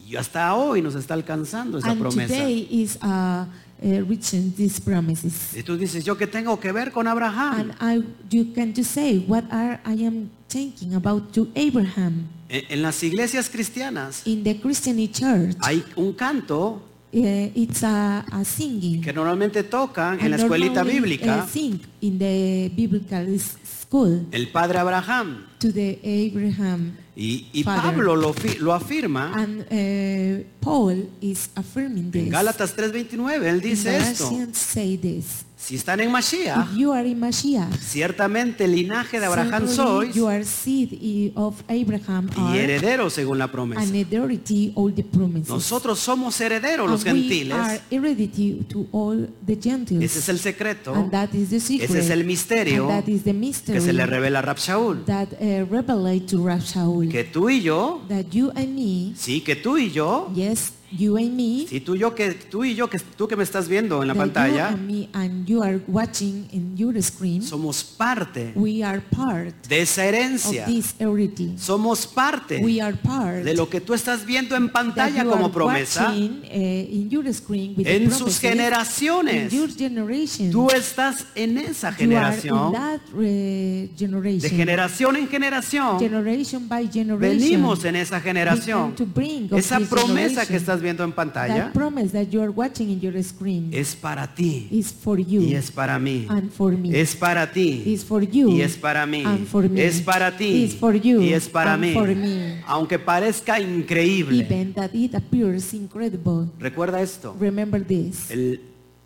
S1: Y hasta hoy nos está alcanzando esa
S2: and
S1: promesa.
S2: today is uh, uh, reaching these promises.
S1: Y tú dices, ¿yo qué tengo que ver con
S2: And
S1: Abraham?
S2: I, you can just say what are I am thinking about to Abraham
S1: E, En, en las iglesias cristianas
S2: in the Christian church.
S1: hay un canto
S2: Eh, it's a, a singing.
S1: que normalmente tocan en
S2: And
S1: la escuelita
S2: normally, eh,
S1: bíblica,
S2: sing in the biblical s- school
S1: el padre Abraham.
S2: to the Abraham.
S1: Y, y
S2: Father.
S1: Pablo lo, fi- lo afirma
S2: And eh, Paul is affirming this.
S1: en Gálatas 3:29. Él
S2: In
S1: dice esto,
S2: Galatians say this.
S1: si están en Mashiach,
S2: If you are in Mashiach,
S1: ciertamente el linaje de Abraham
S2: certainly
S1: sois
S2: you are seed i- of Abraham
S1: y
S2: are
S1: heredero según la promesa.
S2: an heredity all the promises.
S1: Nosotros somos herederos los
S2: And we are
S1: gentiles.
S2: heredity to all the Gentiles.
S1: Ese es el secreto
S2: And that is the secret.
S1: Ese es el misterio
S2: And that is the
S1: que
S2: mystery
S1: se le revela a Rab Shaul.
S2: that uh, revelate to Rav Shaul
S1: Que tú y yo,
S2: that you and me,
S1: sí, que tú y yo,
S2: yes, you and me,
S1: sí, tú y yo que tú y yo que tú que me estás viendo en la
S2: that you
S1: pantalla,
S2: and me and you are watching in your screen,
S1: somos parte
S2: we are part
S1: de esa
S2: of
S1: herencia.
S2: this heredity.
S1: Somos parte
S2: We are part
S1: de lo que tú estás viendo en
S2: that
S1: pantalla
S2: you
S1: como
S2: are
S1: promesa.
S2: watching, eh, in your screen with the
S1: En sus
S2: promises.
S1: generaciones.
S2: In your generation.
S1: Tú estás en esa
S2: You are in
S1: generación,
S2: that, eh,
S1: de
S2: generation.
S1: generación en generación.
S2: generation by generation.
S1: Venimos en esa
S2: We
S1: generación.
S2: come to bring of
S1: Esa
S2: this
S1: promesa que
S2: generation.
S1: estás viendo en pantalla
S2: That promise that you are watching in your screen
S1: es para ti
S2: is for you
S1: y es para mí.
S2: and for me.
S1: Es para ti
S2: is for you
S1: y es para mí.
S2: and for me.
S1: Es para ti
S2: Is for you
S1: y es para
S2: and
S1: mí.
S2: for me.
S1: Aunque parezca increíble,
S2: Even that it appears incredible.
S1: recuerda esto.
S2: Remember this.
S1: El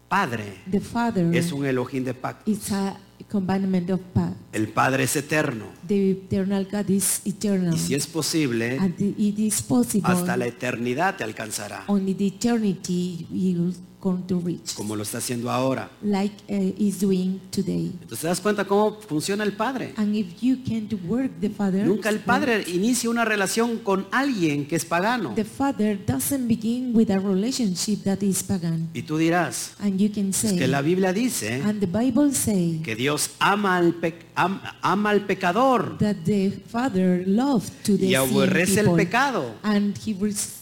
S1: Padre
S2: the Father
S1: es un Elohim de pacto.
S2: is a commandment of path.
S1: El Padre es eterno.
S2: The eternal God is eternal.
S1: Y si es posible,
S2: and it is possible
S1: hasta la eternidad te alcanzará,
S2: only the eternity will come to reach.
S1: como lo está haciendo ahora.
S2: like uh, is doing today.
S1: Entonces te das cuenta cómo funciona el Padre.
S2: And if you can't work the Father,
S1: Nunca el Padre inicia una relación con alguien que es pagano.
S2: the Father doesn't begin with a relationship that is pagan.
S1: Y tú dirás,
S2: And you can
S1: es
S2: say,
S1: que la Biblia dice
S2: and the Bible say
S1: que Dios ama al, pe- am- ama al pecador.
S2: that the father loved to the
S1: Y
S2: sin
S1: aborrece el
S2: people,
S1: pecado.
S2: and he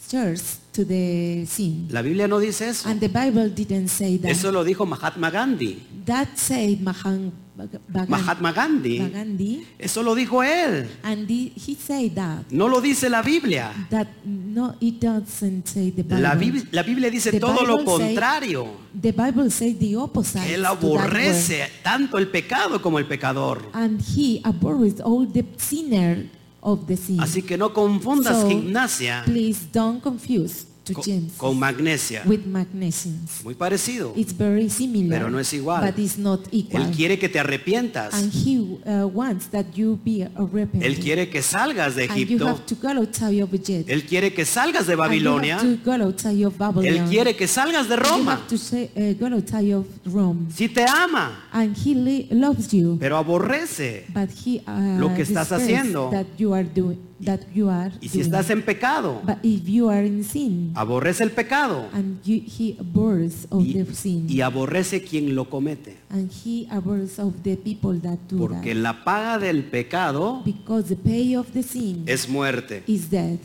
S2: returns to the sin.
S1: La Biblia no dice eso.
S2: And the Bible didn't say that.
S1: Eso lo dijo Mahatma Gandhi.
S2: that said Mahan, Bag- Bagan-
S1: Mahatma Gandhi.
S2: Bagandi,
S1: Eso lo dijo él.
S2: and he, he said that
S1: No lo dice la Biblia.
S2: that no, it doesn't say the Bible.
S1: La, Bib- la Biblia dice
S2: The
S1: todo lo
S2: Bible say-
S1: contrario.
S2: The Bible says the opposite.
S1: Él
S2: to that word.
S1: aborrece tanto el pecado como el pecador.
S2: And he abhorreth all the sinner of the sin.
S1: Así que no confundas
S2: So,
S1: gimnasia
S2: Please don't confuse to
S1: co-
S2: James
S1: con magnesia.
S2: with magnesiums.
S1: Muy parecido.
S2: It's very similar.
S1: Pero no es igual.
S2: But it's not equal.
S1: Él quiere que te arrepientas.
S2: And he uh, wants that you be arrepented.
S1: Él quiere que salgas de
S2: And you
S1: Egipto.
S2: have to go outside of Egypt.
S1: Él quiere que salgas de Babilonia.
S2: And you have to go outside of Babylon.
S1: Él quiere que salgas de
S2: And You
S1: Roma.
S2: have to say, uh, go outside of Rome.
S1: Si te ama,
S2: And he li- loves you.
S1: pero aborrece.
S2: But he, uh,
S1: Lo que estás
S2: despises
S1: haciendo.
S2: That you are doing. That you are
S1: Y si
S2: doing.
S1: estás en pecado,
S2: But if you are in sin,
S1: aborrece el pecado
S2: and you, he abhors of
S1: y,
S2: the sin,
S1: y aborrece quien lo comete.
S2: and he abhors of the people that do
S1: Porque
S2: that,
S1: la paga del pecado
S2: because the pay of the sin
S1: es muerte.
S2: is death.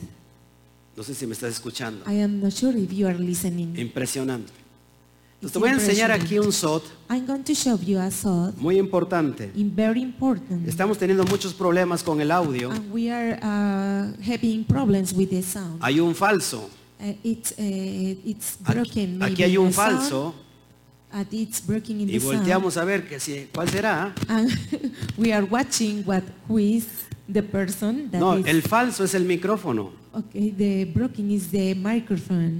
S1: No sé si me estás escuchando.
S2: I am not sure if you are listening.
S1: Impresionante. Entonces
S2: It's
S1: te voy a enseñar aquí
S2: impressionante.
S1: un SOT
S2: I'm going to show you a thought,
S1: muy importante.
S2: in very important,
S1: Estamos teniendo muchos problemas con el audio.
S2: and we are uh, having problems with the sound.
S1: Hay un falso.
S2: Uh, it's uh, it's
S1: Ah. Aquí,
S2: broken.
S1: aquí
S2: maybe
S1: hay
S2: in
S1: un
S2: the sound,
S1: falso
S2: and it's broken in
S1: y
S2: the sound.
S1: volteamos a ver que si, cuál será.
S2: and we are watching what who is the person that
S1: No,
S2: is-
S1: el falso es el micrófono.
S2: okay the broken is the microphone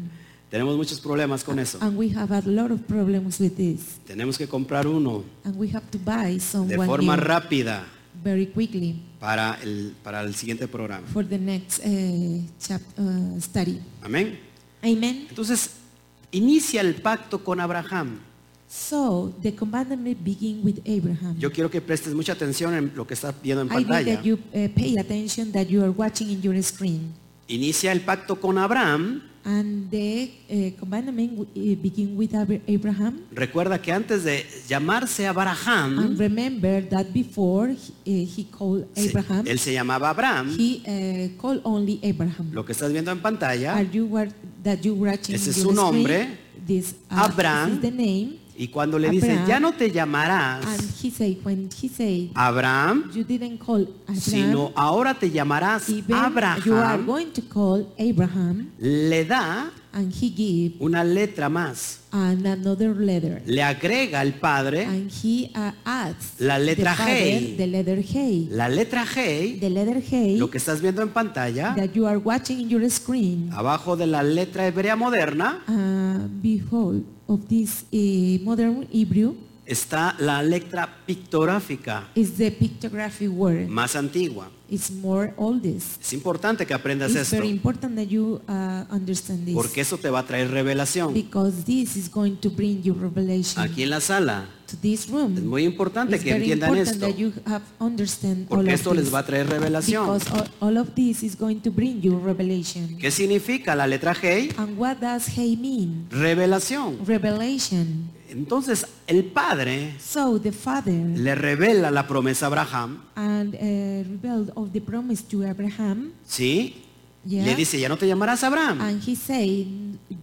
S1: Tenemos muchos problemas con eso.
S2: and we have a lot of problems with this
S1: Tenemos que comprar uno
S2: and we have to buy
S1: de
S2: someone
S1: forma
S2: new
S1: rápida
S2: very quickly
S1: para el, para el siguiente programa.
S2: for the next uh, chap, uh, study
S1: Amén.
S2: amen
S1: Entonces, inicia el pacto con Abraham.
S2: so the commandment begin with Abraham
S1: Yo quiero que prestes mucha atención en lo que estás viendo en
S2: I need
S1: pantalla.
S2: that you uh, pay attention that you are watching in your screen
S1: Inicia el pacto con Abraham.
S2: and the uh, commandment w- uh, begin with Abra- Abraham
S1: Recuerda que antes de llamarse
S2: And
S1: Abraham,
S2: remember that before he, eh, he called
S1: se-
S2: Abraham,
S1: él se llamaba Abraham.
S2: he eh, called only Abraham.
S1: Lo que estás viendo en
S2: Are
S1: pantalla.
S2: you were, that you watching
S1: Ese es
S2: your
S1: su
S2: screen?
S1: nombre,
S2: This, uh,
S1: Abraham.
S2: this is the name.
S1: Y cuando le dice,
S2: Abraham.
S1: ya no te
S2: And
S1: llamarás
S2: he said, when he said,
S1: Abraham,
S2: you didn't call Abraham,
S1: sino ahora te llamarás
S2: even you are
S1: Abraham,
S2: going to call Abraham,
S1: le da
S2: and he give
S1: una letra más.
S2: an- another letter.
S1: Le agrega el padre
S2: And he uh, adds
S1: La letra
S2: the father,
S1: Hey.
S2: the letter Hey.
S1: la letra G,
S2: The letter Hey
S1: lo que estás viendo en pantalla,
S2: that you are watching in your screen.
S1: abajo de la letra hebrea moderna,
S2: Uh, behold, of this eh, modern Hebrew
S1: está la letra pictográfica
S2: is the pictographic word.
S1: más antigua.
S2: It's more oldest.
S1: Es importante que aprendas
S2: It's
S1: esto,
S2: very important that you uh, understand this
S1: porque eso te va a traer revelación.
S2: because this is going to bring you revelation
S1: Aquí en la sala,
S2: to this room.
S1: es muy importante
S2: It's
S1: que
S2: very
S1: entiendan
S2: important
S1: esto,
S2: that you have understand all
S1: porque
S2: of
S1: esto les
S2: this
S1: va a traer revelación.
S2: because all, all of this is going to bring you revelation.
S1: ¿Qué significa la letra G?
S2: And what does hey mean?
S1: Revelación.
S2: Revelation.
S1: Entonces el padre
S2: So the father
S1: le revela la promesa a Abraham,
S2: and uh, rebelled of the promise to Abraham
S1: ¿sí?
S2: Yeah.
S1: Le dice, ya no te llamarás Abraham,
S2: And he said,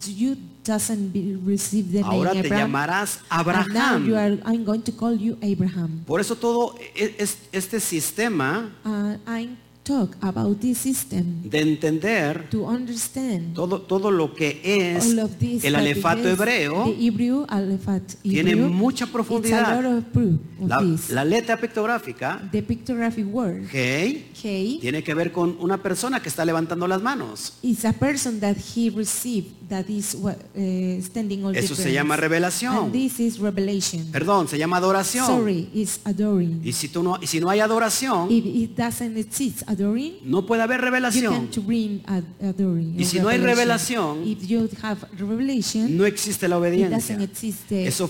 S2: you doesn't be, receive the
S1: ahora
S2: name
S1: te
S2: Abraham.
S1: llamarás
S2: And now you
S1: Abraham.
S2: are, I'm going to call you Abraham.
S1: Por eso todo e- es- este sistema
S2: Uh, I talk about this system
S1: de entender
S2: to understand
S1: todo, todo lo que es
S2: all of this.
S1: el
S2: but
S1: alefato
S2: yes,
S1: hebreo,
S2: The Hebrew, alefat
S1: tiene
S2: Hebrew,
S1: mucha
S2: It's a
S1: profundidad.
S2: lot of proof of
S1: la,
S2: this.
S1: la letra pictográfica,
S2: the pictographic word,
S1: G,
S2: okay,
S1: tiene que ver con una persona que está levantando las manos.
S2: is a person that he received that is what, uh, standing all
S1: Eso
S2: the
S1: se llama
S2: prayers.
S1: revelación.
S2: And this is revelation.
S1: Perdón, se llama adoración.
S2: Sorry, it's adoring.
S1: Y si, tú no, y si no hay adoración,
S2: If it doesn't exist adoring,
S1: no puede haber
S2: you can
S1: revelación.
S2: to bring ad- adoring.
S1: Y
S2: or
S1: si no hay revelación,
S2: if you have revelation,
S1: No existe la
S2: it
S1: obediencia.
S2: doesn't exist. eh, the
S1: Eso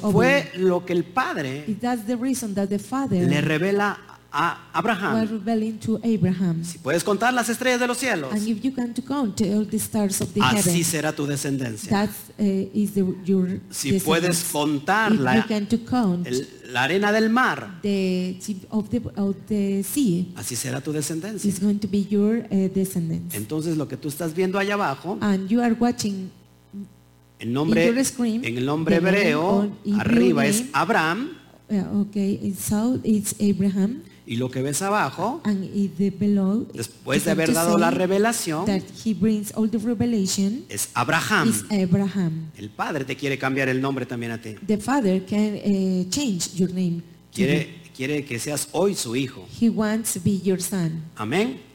S1: fue
S2: obedience.
S1: lo que el Padre
S2: It- that's the reason that the Father
S1: le revela a
S2: were
S1: Abraham.
S2: rebelling to Abraham.
S1: Si puedes contar las estrellas de los cielos,
S2: And if you can to count all the stars of the
S1: así
S2: heaven,
S1: será tu descendencia.
S2: that uh, is the, your
S1: Si puedes
S2: descendants.
S1: contar
S2: If you
S1: la,
S2: can to count
S1: el- la arena del mar,
S2: the tip of the of the sea,
S1: así será tu descendencia.
S2: is going to be your uh, descendants.
S1: Entonces lo que tú estás viendo allá abajo,
S2: And you are watching
S1: en, nombre,
S2: in your screen,
S1: en el nombre
S2: the name
S1: hebreo,
S2: on Hebrew
S1: arriba es
S2: name.
S1: Abraham,
S2: Uh, okay, in south it's Abraham,
S1: y lo que ves abajo,
S2: and in the below.
S1: después de
S2: it's going
S1: haber
S2: to
S1: dado la
S2: say
S1: revelación,
S2: that he brings all the revelation
S1: es Abraham.
S2: is Abraham.
S1: El padre te quiere cambiar el nombre también a ti.
S2: The father can uh, change your name. to him.
S1: Quiere, quiere que seas hoy su hijo.
S2: He wants to be your son.
S1: Amén.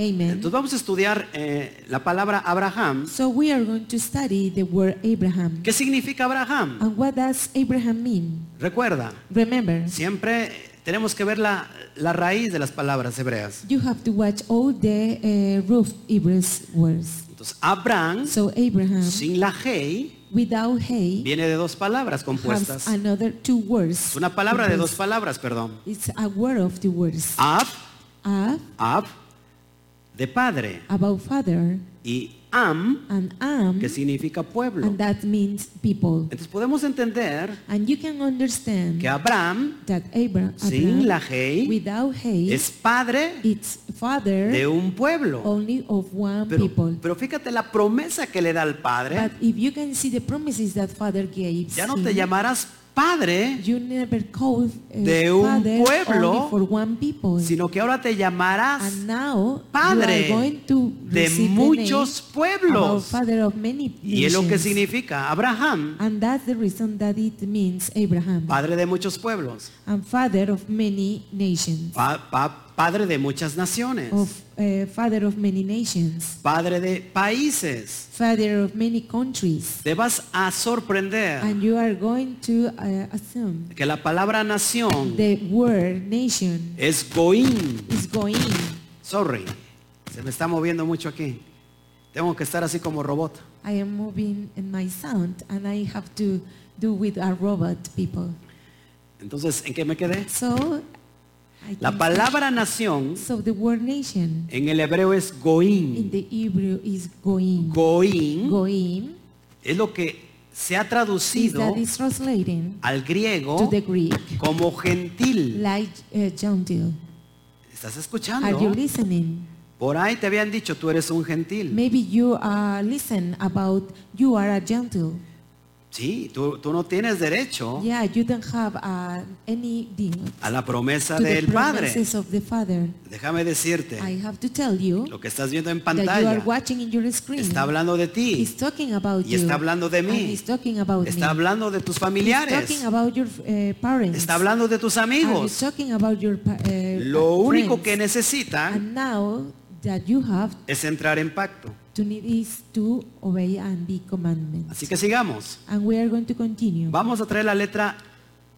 S2: Amen.
S1: Entonces vamos a estudiar eh, la palabra Abraham.
S2: So we are going to study the word Abraham.
S1: ¿Qué significa Abraham?
S2: And what does Abraham mean?
S1: Recuerda,
S2: Remember,
S1: siempre tenemos que ver la, la raíz de las palabras hebreas.
S2: you have to watch all the uh, roof Hebrews words.
S1: Entonces, Abraham,
S2: So Abraham,
S1: sin la hey,
S2: without hay,
S1: viene de dos palabras compuestas.
S2: has another two words.
S1: Es una palabra de dos
S2: Because
S1: palabras, perdón.
S2: It's a word of two words.
S1: Ab,
S2: Ab,
S1: ab, de padre.
S2: about father,
S1: Y am,
S2: and am,
S1: que significa pueblo.
S2: and that means people.
S1: Entonces podemos entender
S2: And you can understand
S1: que Abraham,
S2: that Abra- Abraham,
S1: sin la hey,
S2: without hay,
S1: es padre
S2: it's father
S1: de un pueblo.
S2: only of one
S1: Pero, ¿eh?
S2: people.
S1: pero fíjate la promesa que le da al
S2: But
S1: padre.
S2: if you can see the promises that Father gave,
S1: Ya no
S2: him,
S1: te llamarás padre,
S2: you never called uh,
S1: De un
S2: Father
S1: pueblo,
S2: only for one people.
S1: sino que ahora te llamarás
S2: and now
S1: padre
S2: you are going to
S1: de
S2: receive the
S1: muchos
S2: name about
S1: pueblos.
S2: Father of many nations.
S1: Y es lo que significa Abraham,
S2: And that's the reason that it means Abraham
S1: padre de muchos pueblos,
S2: and father of many nations,
S1: pa- pa- padre de muchas naciones,
S2: of uh, father of many nations,
S1: padre de países.
S2: father of many countries.
S1: Te vas a sorprender
S2: And you are going to uh, assume
S1: que la palabra nación
S2: the word nation
S1: es Goim.
S2: is going
S1: Sorry, se me está moviendo mucho aquí. Tengo que estar así como robot.
S2: I am moving in my sound and I have to do with a robot people.
S1: Entonces, ¿en qué me quedé?
S2: So I
S1: La
S2: think-
S1: palabra nación
S2: so the word nation
S1: en el hebreo es
S2: in
S1: Goim.
S2: the Hebrew is goim.
S1: Goim
S2: Goim
S1: es lo que se ha
S2: is
S1: traducido
S2: that is translating
S1: al
S2: to
S1: griego
S2: the Greek
S1: como gentil.
S2: like uh, gentile.
S1: ¿Estás
S2: Are you
S1: escuchando?
S2: listening?
S1: Por ahí te habían dicho, tú eres un gentil.
S2: Maybe you are listen about you are a gentile.
S1: Sí, tú, tú no tienes derecho
S2: Yeah, you don't have uh, any deal
S1: a la promesa
S2: to the
S1: del Padre.
S2: promises of the Father.
S1: Déjame
S2: I
S1: decirte,
S2: have to tell you
S1: lo que estás viendo en
S2: that you are
S1: pantalla
S2: watching in your screen.
S1: está hablando de ti.
S2: He's talking about
S1: Y está
S2: you.
S1: hablando de mí.
S2: And he's talking about me.
S1: Está hablando de tus
S2: He's
S1: familiares.
S2: talking about your eh, parents.
S1: Está hablando de tus
S2: And he's
S1: amigos.
S2: talking about your pa- eh,
S1: Lo único que
S2: friends.
S1: necesitan
S2: And now that you have
S1: es entrar en pacto.
S2: to need is to obey and be commandments.
S1: Así que sigamos.
S2: And we are going to continue.
S1: Vamos a traer la letra,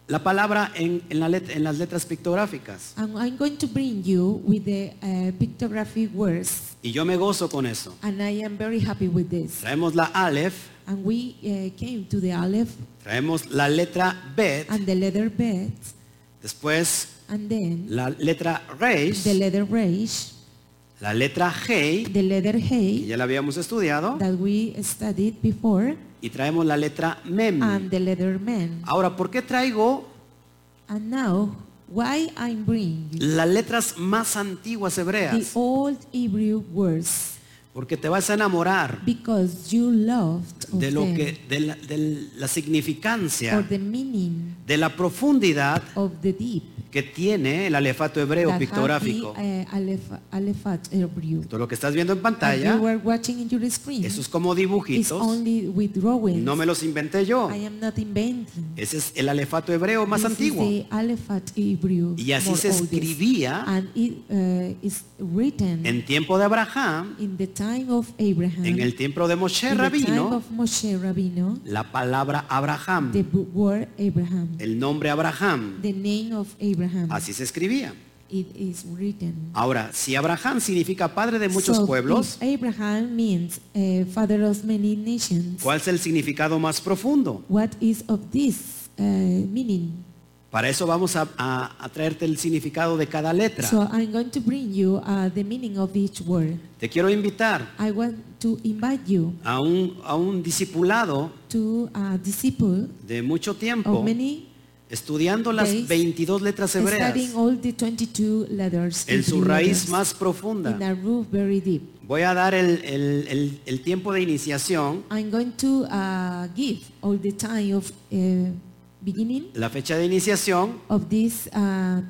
S1: la palabra en, en la let- en las letras pictográficas.
S2: And I'm going to bring you with the eh, pictographic words.
S1: Y yo me gozo con eso.
S2: And I am very happy with this.
S1: Traemos la Aleph,
S2: And we eh, came to the Aleph
S1: traemos la letra Bet,
S2: and the leather bed.
S1: después
S2: And then
S1: la letra Reish,
S2: the leather rage,
S1: la letra Hey,
S2: the leather hay.
S1: que ya la habíamos estudiado,
S2: that we studied before
S1: y traemos la letra Mem.
S2: and the leather man.
S1: Ahora, ¿por qué traigo
S2: And now, why I'm bringing
S1: las letras más antiguas
S2: the
S1: hebreas?
S2: old Hebrew words
S1: Porque te vas a enamorar
S2: because you loved of
S1: de lo
S2: them,
S1: que de la, de la
S2: or
S1: significancia
S2: the meaning
S1: de la profundidad
S2: of the deep
S1: que tiene el alefato hebreo
S2: that have the
S1: pictográfico.
S2: uh, aleph- alephat Hebrew.
S1: Entonces, lo que estás viendo en
S2: And you
S1: pantalla,
S2: were watching in your screen.
S1: esos como
S2: It's
S1: dibujitos,
S2: only with drawings.
S1: no me los inventé yo.
S2: I am not inventing.
S1: Ese es el alefato hebreo más
S2: This is
S1: antiguo.
S2: the alephat Hebrew.
S1: Y así
S2: more
S1: se
S2: oldest.
S1: escribía
S2: And it uh, is written
S1: en tiempo de Abraham,
S2: In the time of Abraham,
S1: en el tiempo de Moshe
S2: in the time
S1: Rabino,
S2: of Moshe Rabino,
S1: la palabra
S2: the
S1: Abraham,
S2: b- word Abraham,
S1: el nombre Abraham,
S2: the name of Abraham,
S1: así se escribía.
S2: it is written.
S1: Ahora, si Abraham significa padre de muchos
S2: So,
S1: pueblos,
S2: if Abraham means eh, father of many nations.
S1: ¿cuál es el significado más profundo?
S2: What is of this eh, uh, meaning?
S1: Para eso vamos a, a- a traerte el significado de cada letra.
S2: So I'm going to bring you uh, the meaning of each word.
S1: Te quiero invitar
S2: I want to invite you
S1: a un, a un discipulado
S2: to a disciple
S1: de mucho tiempo,
S2: of Oh, many
S1: estudiando las
S2: days,
S1: 22 letras hebreas
S2: studying all the 22 letters
S1: en su
S2: 22
S1: raíz
S2: letters,
S1: más profunda.
S2: in a root very deep.
S1: Voy a dar el, el- el- el tiempo de iniciación,
S2: I'm going to uh, give all the time of uh, beginning
S1: la fecha de iniciación,
S2: of this uh,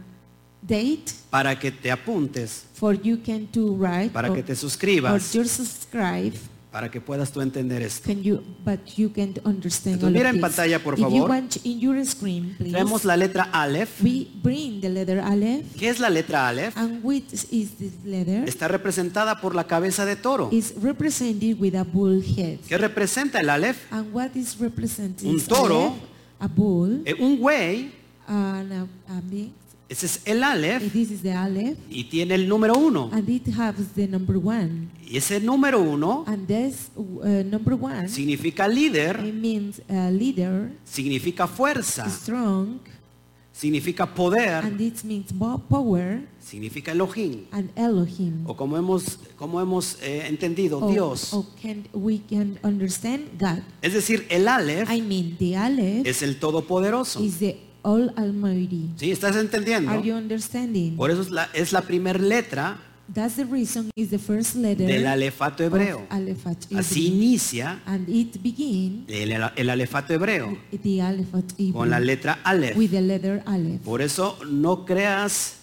S2: date
S1: para que te apuntes,
S2: for you can to write
S1: para
S2: or,
S1: que te
S2: or
S1: suscribas,
S2: just subscribe
S1: para que puedas tú entender esto.
S2: can you but you can understand
S1: Entonces,
S2: all of
S1: mira en
S2: this.
S1: pantalla, por
S2: If you
S1: favor.
S2: want in your screen please
S1: Traemos la letra Aleph.
S2: we bring the letter Aleph
S1: ¿Qué es la letra Aleph?
S2: and which is this letter
S1: Está representada por la cabeza de toro.
S2: is represented with a bull head.
S1: ¿Qué representa el Aleph?
S2: And what is represented
S1: Un
S2: is
S1: toro.
S2: Aleph, a bull,
S1: Eh, un güey,
S2: and a, a mix.
S1: ese es el Aleph,
S2: This is the Aleph,
S1: y tiene el número uno.
S2: and it has the number one.
S1: Y ese número uno
S2: And this uh, number one,
S1: significa líder,
S2: it means uh, leader,
S1: significa fuerza,
S2: strong,
S1: significa poder,
S2: and it means bo- power
S1: significa Elohim.
S2: and Elohim.
S1: O como hemos, como hemos eh, entendido,
S2: Or-
S1: Dios.
S2: or can, we can understand God.
S1: Es decir, el Aleph
S2: I mean, the Aleph
S1: es el todopoderoso.
S2: is the All Almighty.
S1: ¿Sí? ¿Estás entendiendo?
S2: Are you understanding?
S1: Por eso es la, es la primer letra
S2: That's the reason is the first letter
S1: del alefato
S2: of
S1: hebreo.
S2: alphabet Hebrew.
S1: Así inicia
S2: And it begin
S1: el, el alefato hebreo
S2: the alphabet Hebrew
S1: con la letra Aleph.
S2: with the letter Aleph.
S1: Por eso no creas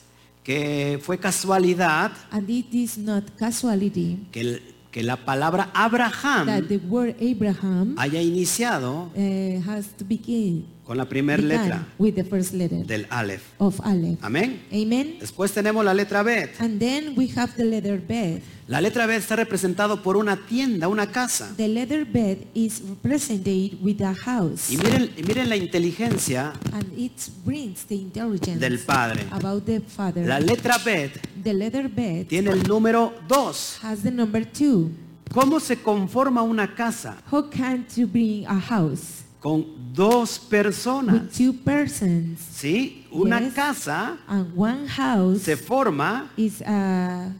S1: que fue casualidad
S2: And it is not casualty
S1: que, el- que la palabra
S2: that
S1: Abraham
S2: the word Abraham
S1: haya iniciado
S2: eh, has to begin
S1: con la primera
S2: began
S1: letra
S2: with the first letter
S1: del Aleph.
S2: of Aleph.
S1: Amén.
S2: Amen.
S1: Después tenemos la letra Bet.
S2: And then we have the letter bed.
S1: La letra B está representado por una tienda, una casa.
S2: The letter bed is represented with a house.
S1: Y miren, y miren la inteligencia.
S2: And it brings the intelligence
S1: Del Padre.
S2: about the father.
S1: La letra B
S2: The letter bed
S1: tiene el número 2.
S2: has the number two.
S1: ¿Cómo se conforma una casa?
S2: How can you bring a house
S1: Con dos
S2: with
S1: personas.
S2: two persons?
S1: ¿Sí? Una
S2: Yes.
S1: casa
S2: And one house
S1: se forma,
S2: is a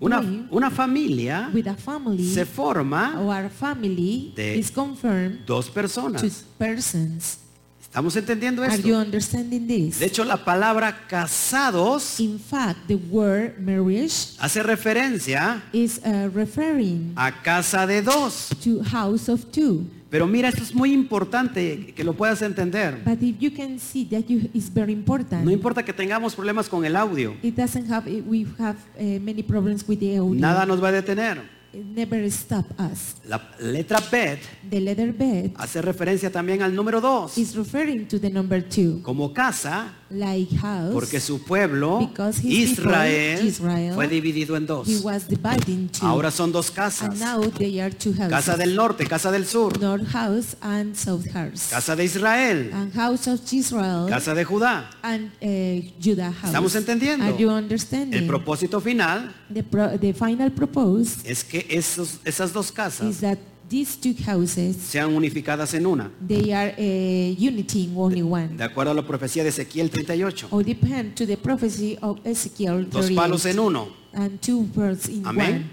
S1: una,
S2: doing
S1: una familia
S2: with a family
S1: se forma
S2: or a family
S1: De-
S2: is confirmed
S1: dos
S2: to
S1: personas.
S2: persons.
S1: ¿Estamos entendiendo
S2: Are you
S1: esto?
S2: understanding this?
S1: De hecho, la palabra casados
S2: In fact, the word marriage
S1: hace referencia
S2: is uh, referring
S1: a casa de dos.
S2: to house of two.
S1: Pero mira, esto es muy importante que lo puedas entender.
S2: But if you can see that you, it's very important.
S1: No importa que tengamos problemas con el audio,
S2: It doesn't have, we have uh, many problems with the audio.
S1: nada nos va a detener.
S2: It never stop us.
S1: La letra Bet
S2: The letter bed
S1: hace referencia también al número dos,
S2: is referring to the number two,
S1: como casa,
S2: like house.
S1: porque su pueblo,
S2: Because his people,
S1: Israel,
S2: Israel,
S1: fue dividido en dos.
S2: he was divided into.
S1: Ahora son dos
S2: and
S1: casas,
S2: now they are two houses.
S1: casa del norte, casa del sur,
S2: North house and south house.
S1: casa de Israel,
S2: and house of Israel
S1: casa de Judá.
S2: and uh, Judah house.
S1: ¿Estamos entendiendo?
S2: Are you understanding?
S1: El propósito final
S2: the, pro- the final propose
S1: es que esos- esas dos
S2: is
S1: casas
S2: that these two houses,
S1: sean unificadas en una,
S2: they are uh, unity in only one.
S1: de acuerdo a la profecía de Ezequiel 38.
S2: or depend to the prophecy of Ezekiel
S1: Dos
S2: 38
S1: palos en uno.
S2: and two birds in
S1: Amén.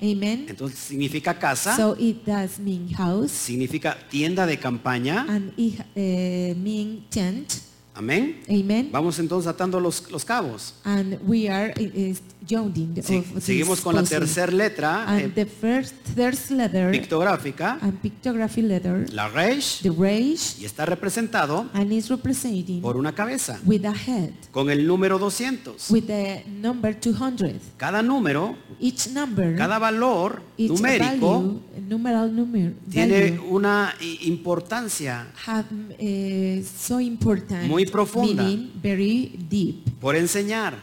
S2: one. Amen.
S1: Entonces ah. significa casa,
S2: So it does mean house
S1: significa tienda de campaña.
S2: and it uh, mean tent.
S1: Amén.
S2: Amen.
S1: Vamos entonces atando los, los cabos.
S2: And we are uh, joining the-
S1: Sí,
S2: of this
S1: seguimos con la
S2: puzzle.
S1: tercera letra eh,
S2: and the first first letter
S1: pictográfica,
S2: and pictography letter,
S1: la Reish,
S2: the rage,
S1: y está representado
S2: and is representing
S1: por una cabeza,
S2: Ah. with a head
S1: con el número 200.
S2: with the number 200.
S1: Cada número,
S2: Each number,
S1: cada valor
S2: each
S1: numérico
S2: value, numeral numer,
S1: tiene
S2: value,
S1: una i- importancia
S2: have eh, so important
S1: Muy profunda.
S2: meaning very deep
S1: por enseñar.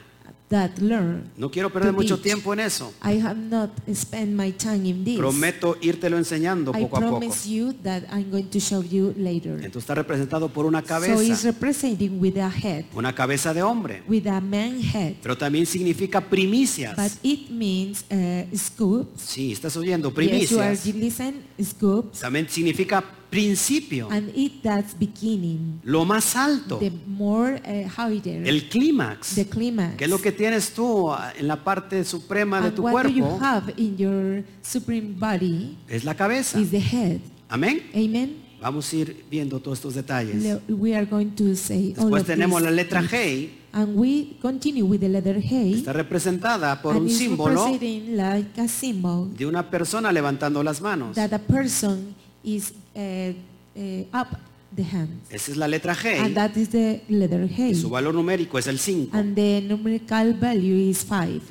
S2: that learn
S1: No quiero perder
S2: To
S1: mucho
S2: teach.
S1: tiempo en eso.
S2: I have not spent my time in this
S1: Prometo írtelo enseñando
S2: I
S1: poco a poco.
S2: promise you that I'm going to show you later
S1: Entonces está representado por una
S2: so it's
S1: cabeza,
S2: representing with a head
S1: una cabeza de hombre,
S2: with a man head
S1: pero también significa
S2: but
S1: primicias.
S2: it means uh, scoops
S1: Sí, estás oyendo,
S2: yes you are
S1: primicias.
S2: listen scoops
S1: También significa principio,
S2: and it that's beginning,
S1: lo más alto,
S2: the more uh, higher,
S1: el clímax,
S2: the climax.
S1: que es lo que tienes tú ah, en la parte suprema de
S2: and
S1: tu
S2: what do you
S1: cuerpo,
S2: have in your supreme body
S1: es la cabeza.
S2: is the head.
S1: Amén.
S2: Amen.
S1: Vamos a ir viendo todos estos detalles.
S2: Le- We are going to say all
S1: Después
S2: of
S1: tenemos la
S2: these
S1: letra
S2: things.
S1: G,
S2: And we continue with the letter
S1: que
S2: Hey.
S1: está representada por
S2: and
S1: un
S2: it's
S1: símbolo
S2: representing like a symbol
S1: de una persona levantando las manos.
S2: that a person is uh, uh, up the hands.
S1: Esa es la letra
S2: And
S1: G.
S2: that is the letter Hey.
S1: Y su valor numérico es el 5.
S2: And the numerical value is 5.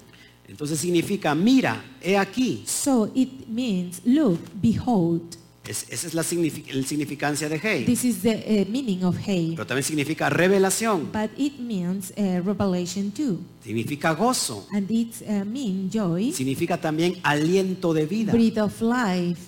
S1: Entonces significa, mira, he aquí.
S2: So it means, look, behold.
S1: Es- esa es la signifi- el significancia de Hey.
S2: This is the uh, meaning of Hey.
S1: Pero también significa revelación.
S2: But it means uh, revelation too.
S1: Significa gozo.
S2: And it uh, means joy,
S1: Significa también aliento de vida.
S2: breath of life.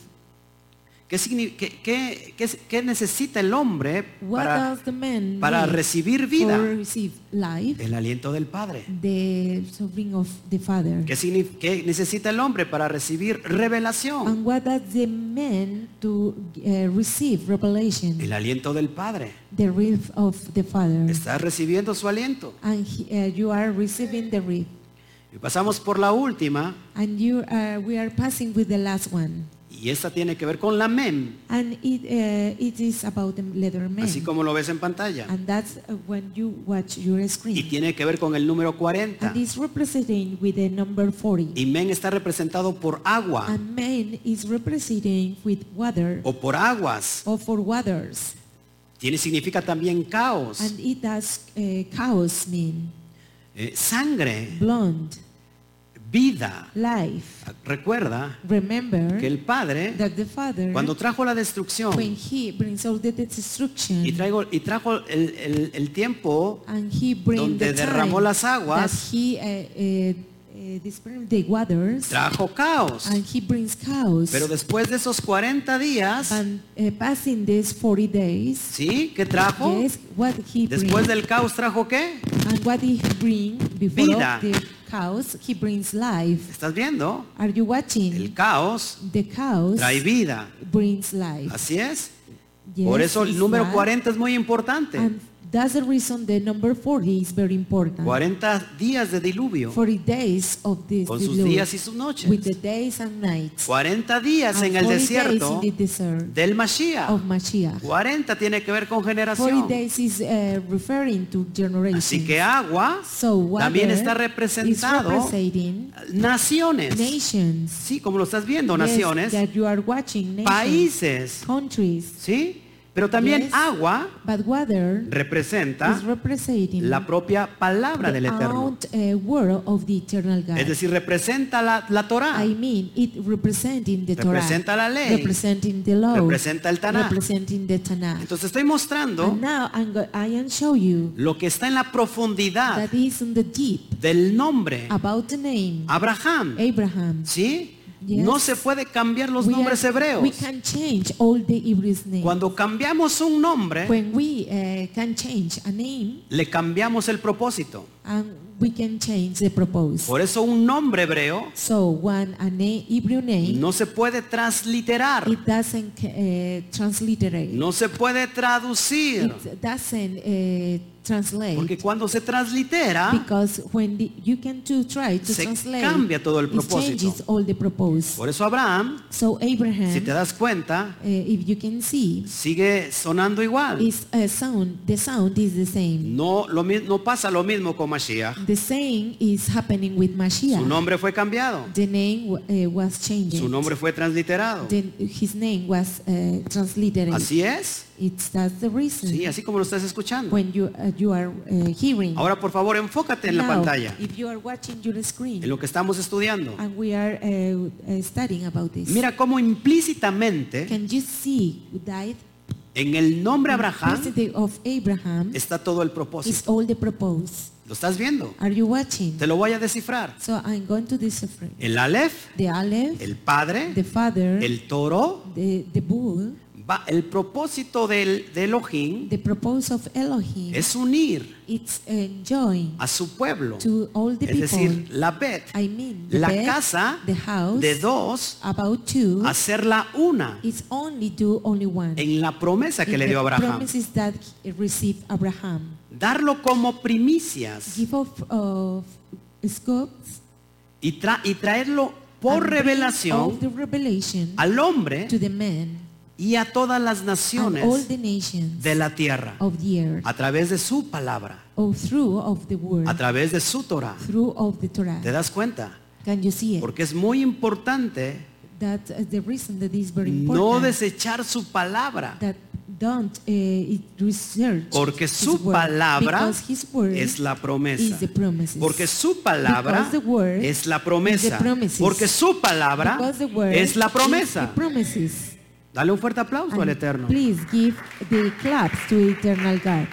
S1: ¿Qué, signi- qué- qué- qué- qué necesita el hombre
S2: What
S1: para,
S2: does the man
S1: para
S2: need
S1: recibir vida?
S2: for receive life?
S1: El aliento del Padre.
S2: The sovereign of the Father.
S1: ¿Qué, signi- qué necesita el hombre para recibir revelación?
S2: And what does the man to uh, receive revelation?
S1: El aliento del Padre.
S2: the wreath of the Father.
S1: Estás recibiendo su aliento.
S2: And he- uh, you are receiving the wreath.
S1: Y pasamos por la última,
S2: And you are, we are passing with the last one.
S1: y esta tiene que ver con la mem,
S2: And it, uh, it is about the letter man.
S1: así como lo ves en pantalla.
S2: And that's uh, when you watch your
S1: Y
S2: screen.
S1: tiene que ver con el número 40.
S2: And it's representing with the number 40.
S1: Y men está representado por agua
S2: And man is representing with water
S1: o por aguas.
S2: or for waters.
S1: Tiene significa también caos,
S2: And it does uh, chaos mean
S1: eh, sangre,
S2: blonde,
S1: vida.
S2: life.
S1: Recuerda
S2: Remember
S1: que el Padre,
S2: that the Father,
S1: cuando trajo la destrucción
S2: when he brings all the destruction
S1: y, traigo- y trajo el, el- el tiempo,
S2: and he brings
S1: donde
S2: the time
S1: derramó las aguas,
S2: that he uh, uh, uh, dispersed the waters
S1: trajo caos.
S2: and he brings chaos.
S1: Pero después de esos 40 días,
S2: and uh, passing these 40 days,
S1: ¿sí? ¿Qué trajo?
S2: yes, what he
S1: Después
S2: brings
S1: del caos trajo qué?
S2: And what he brings before
S1: Vida.
S2: the chaos, he brings life.
S1: ¿Estás viendo?
S2: Are you watching?
S1: El caos
S2: the chaos
S1: trae vida.
S2: brings life.
S1: Así es.
S2: Yes,
S1: Por eso el
S2: it's
S1: número
S2: life.
S1: 40 es muy importante.
S2: And that's the reason the number 40 is very important.
S1: 40 días de diluvio
S2: 40 days of this
S1: con sus
S2: below,
S1: días y sus
S2: with the
S1: noches.
S2: days and nights.
S1: 40 días
S2: And
S1: en el
S2: 40
S1: desierto
S2: days in the desert
S1: del Mashiach.
S2: of Mashiach.
S1: 40 tiene que ver con
S2: 40
S1: generación.
S2: days is uh, referring to generation.
S1: Así que agua,
S2: so water
S1: también está
S2: is
S1: representado-
S2: representing
S1: naciones.
S2: nations.
S1: Sí, como lo estás viendo,
S2: Yes,
S1: naciones,
S2: that you are watching nations,
S1: países,
S2: countries,
S1: ¿sí? Pero también
S2: Yes.
S1: agua
S2: but water
S1: representa
S2: is representing
S1: la propia palabra del
S2: the
S1: Eterno.
S2: out, uh, word of the eternal God.
S1: Es decir, representa la, la Torá,
S2: I mean, it representing the
S1: Representa la
S2: Torah,
S1: ley.
S2: representing the law,
S1: representa el Taná.
S2: representing the Tanakh.
S1: Entonces estoy mostrando
S2: and now I'm go- I am show you
S1: lo que está en la profundidad
S2: that is in the deep
S1: del nombre
S2: about the name
S1: Abraham.
S2: Abraham.
S1: ¿Sí?
S2: Yes.
S1: No se puede cambiar los
S2: We
S1: nombres
S2: are- We
S1: hebreos.
S2: can change all the Hebrew names.
S1: Cuando cambiamos un nombre,
S2: When we uh, can change a name,
S1: le cambiamos el propósito.
S2: and we can change the purpose.
S1: Por eso un nombre hebreo
S2: So one a na- Hebrew name,
S1: no se puede transliterar,
S2: it doesn't uh, transliterate.
S1: no se puede traducir.
S2: It doesn't uh,
S1: Porque
S2: translate
S1: cuando se translitera,
S2: because when the, you can to try to
S1: Se
S2: translate,
S1: cambia todo el
S2: it changes
S1: propósito.
S2: all the purpose.
S1: por eso Abraham,
S2: So Abraham,
S1: si te das cuenta,
S2: uh, if you can see,
S1: sigue sonando igual.
S2: is a sound. The sound is the same.
S1: No, lo, mi- no pasa lo mismo con Mashiach.
S2: The same is happening with
S1: Su
S2: Mashiach.
S1: nombre fue cambiado.
S2: The name uh, was changed.
S1: Su nombre fue transliterado.
S2: Then his name was uh, transliterated.
S1: Así es.
S2: It's that's the reason.
S1: Sí, así como lo estás escuchando.
S2: When you uh, you are uh, hearing.
S1: Ahora, por favor, enfócate en la
S2: Now,
S1: pantalla,
S2: If you are watching your screen.
S1: en lo que estamos estudiando.
S2: And we are uh, uh, studying about this.
S1: Mira cómo implícitamente
S2: Can you see that
S1: en el nombre Abraham
S2: the of Abraham
S1: está todo el
S2: is
S1: propósito.
S2: all the propose.
S1: ¿Lo estás viendo?
S2: Are you watching?
S1: Te lo voy a descifrar.
S2: So I'm going to decipher.
S1: El Aleph,
S2: The Aleph,
S1: el Padre,
S2: the Father,
S1: el Toro,
S2: the, the Bull,
S1: va- el propósito del, de Elohim
S2: The purpose of Elohim
S1: es unir
S2: it's enjoying
S1: a su pueblo.
S2: to all the
S1: Es
S2: people.
S1: decir, la bet,
S2: I mean, the
S1: la
S2: bed,
S1: casa
S2: the house,
S1: de dos,
S2: about two,
S1: hacerla una
S2: it's only do only one.
S1: en la promesa que
S2: In
S1: le
S2: the
S1: dio Abraham.
S2: promises that he received Abraham.
S1: Darlo como primicias
S2: Give of, of scopes
S1: y, tra- y traerlo por
S2: and bring
S1: revelación
S2: of the revelation
S1: al hombre
S2: to the men
S1: y a todas las
S2: and all
S1: naciones
S2: the nations
S1: de la tierra
S2: of the earth,
S1: a través de su palabra,
S2: or through of the word,
S1: a través de su Torah.
S2: through of the Torah.
S1: ¿Te das cuenta?
S2: Can you see it?
S1: Porque es muy importante
S2: That is the reason that is very
S1: no
S2: important.
S1: desechar su palabra,
S2: that don't eh, it research
S1: porque
S2: his
S1: su
S2: word,
S1: palabra
S2: because his word
S1: es la
S2: is
S1: promesa.
S2: the promises.
S1: Porque su palabra
S2: Because the word
S1: es la
S2: is
S1: promesa.
S2: the promises.
S1: Porque su palabra
S2: Because the word
S1: es la
S2: is
S1: promesa.
S2: the promises.
S1: Dale un fuerte aplauso al
S2: And
S1: Eterno.
S2: Please give the claps to eternal God.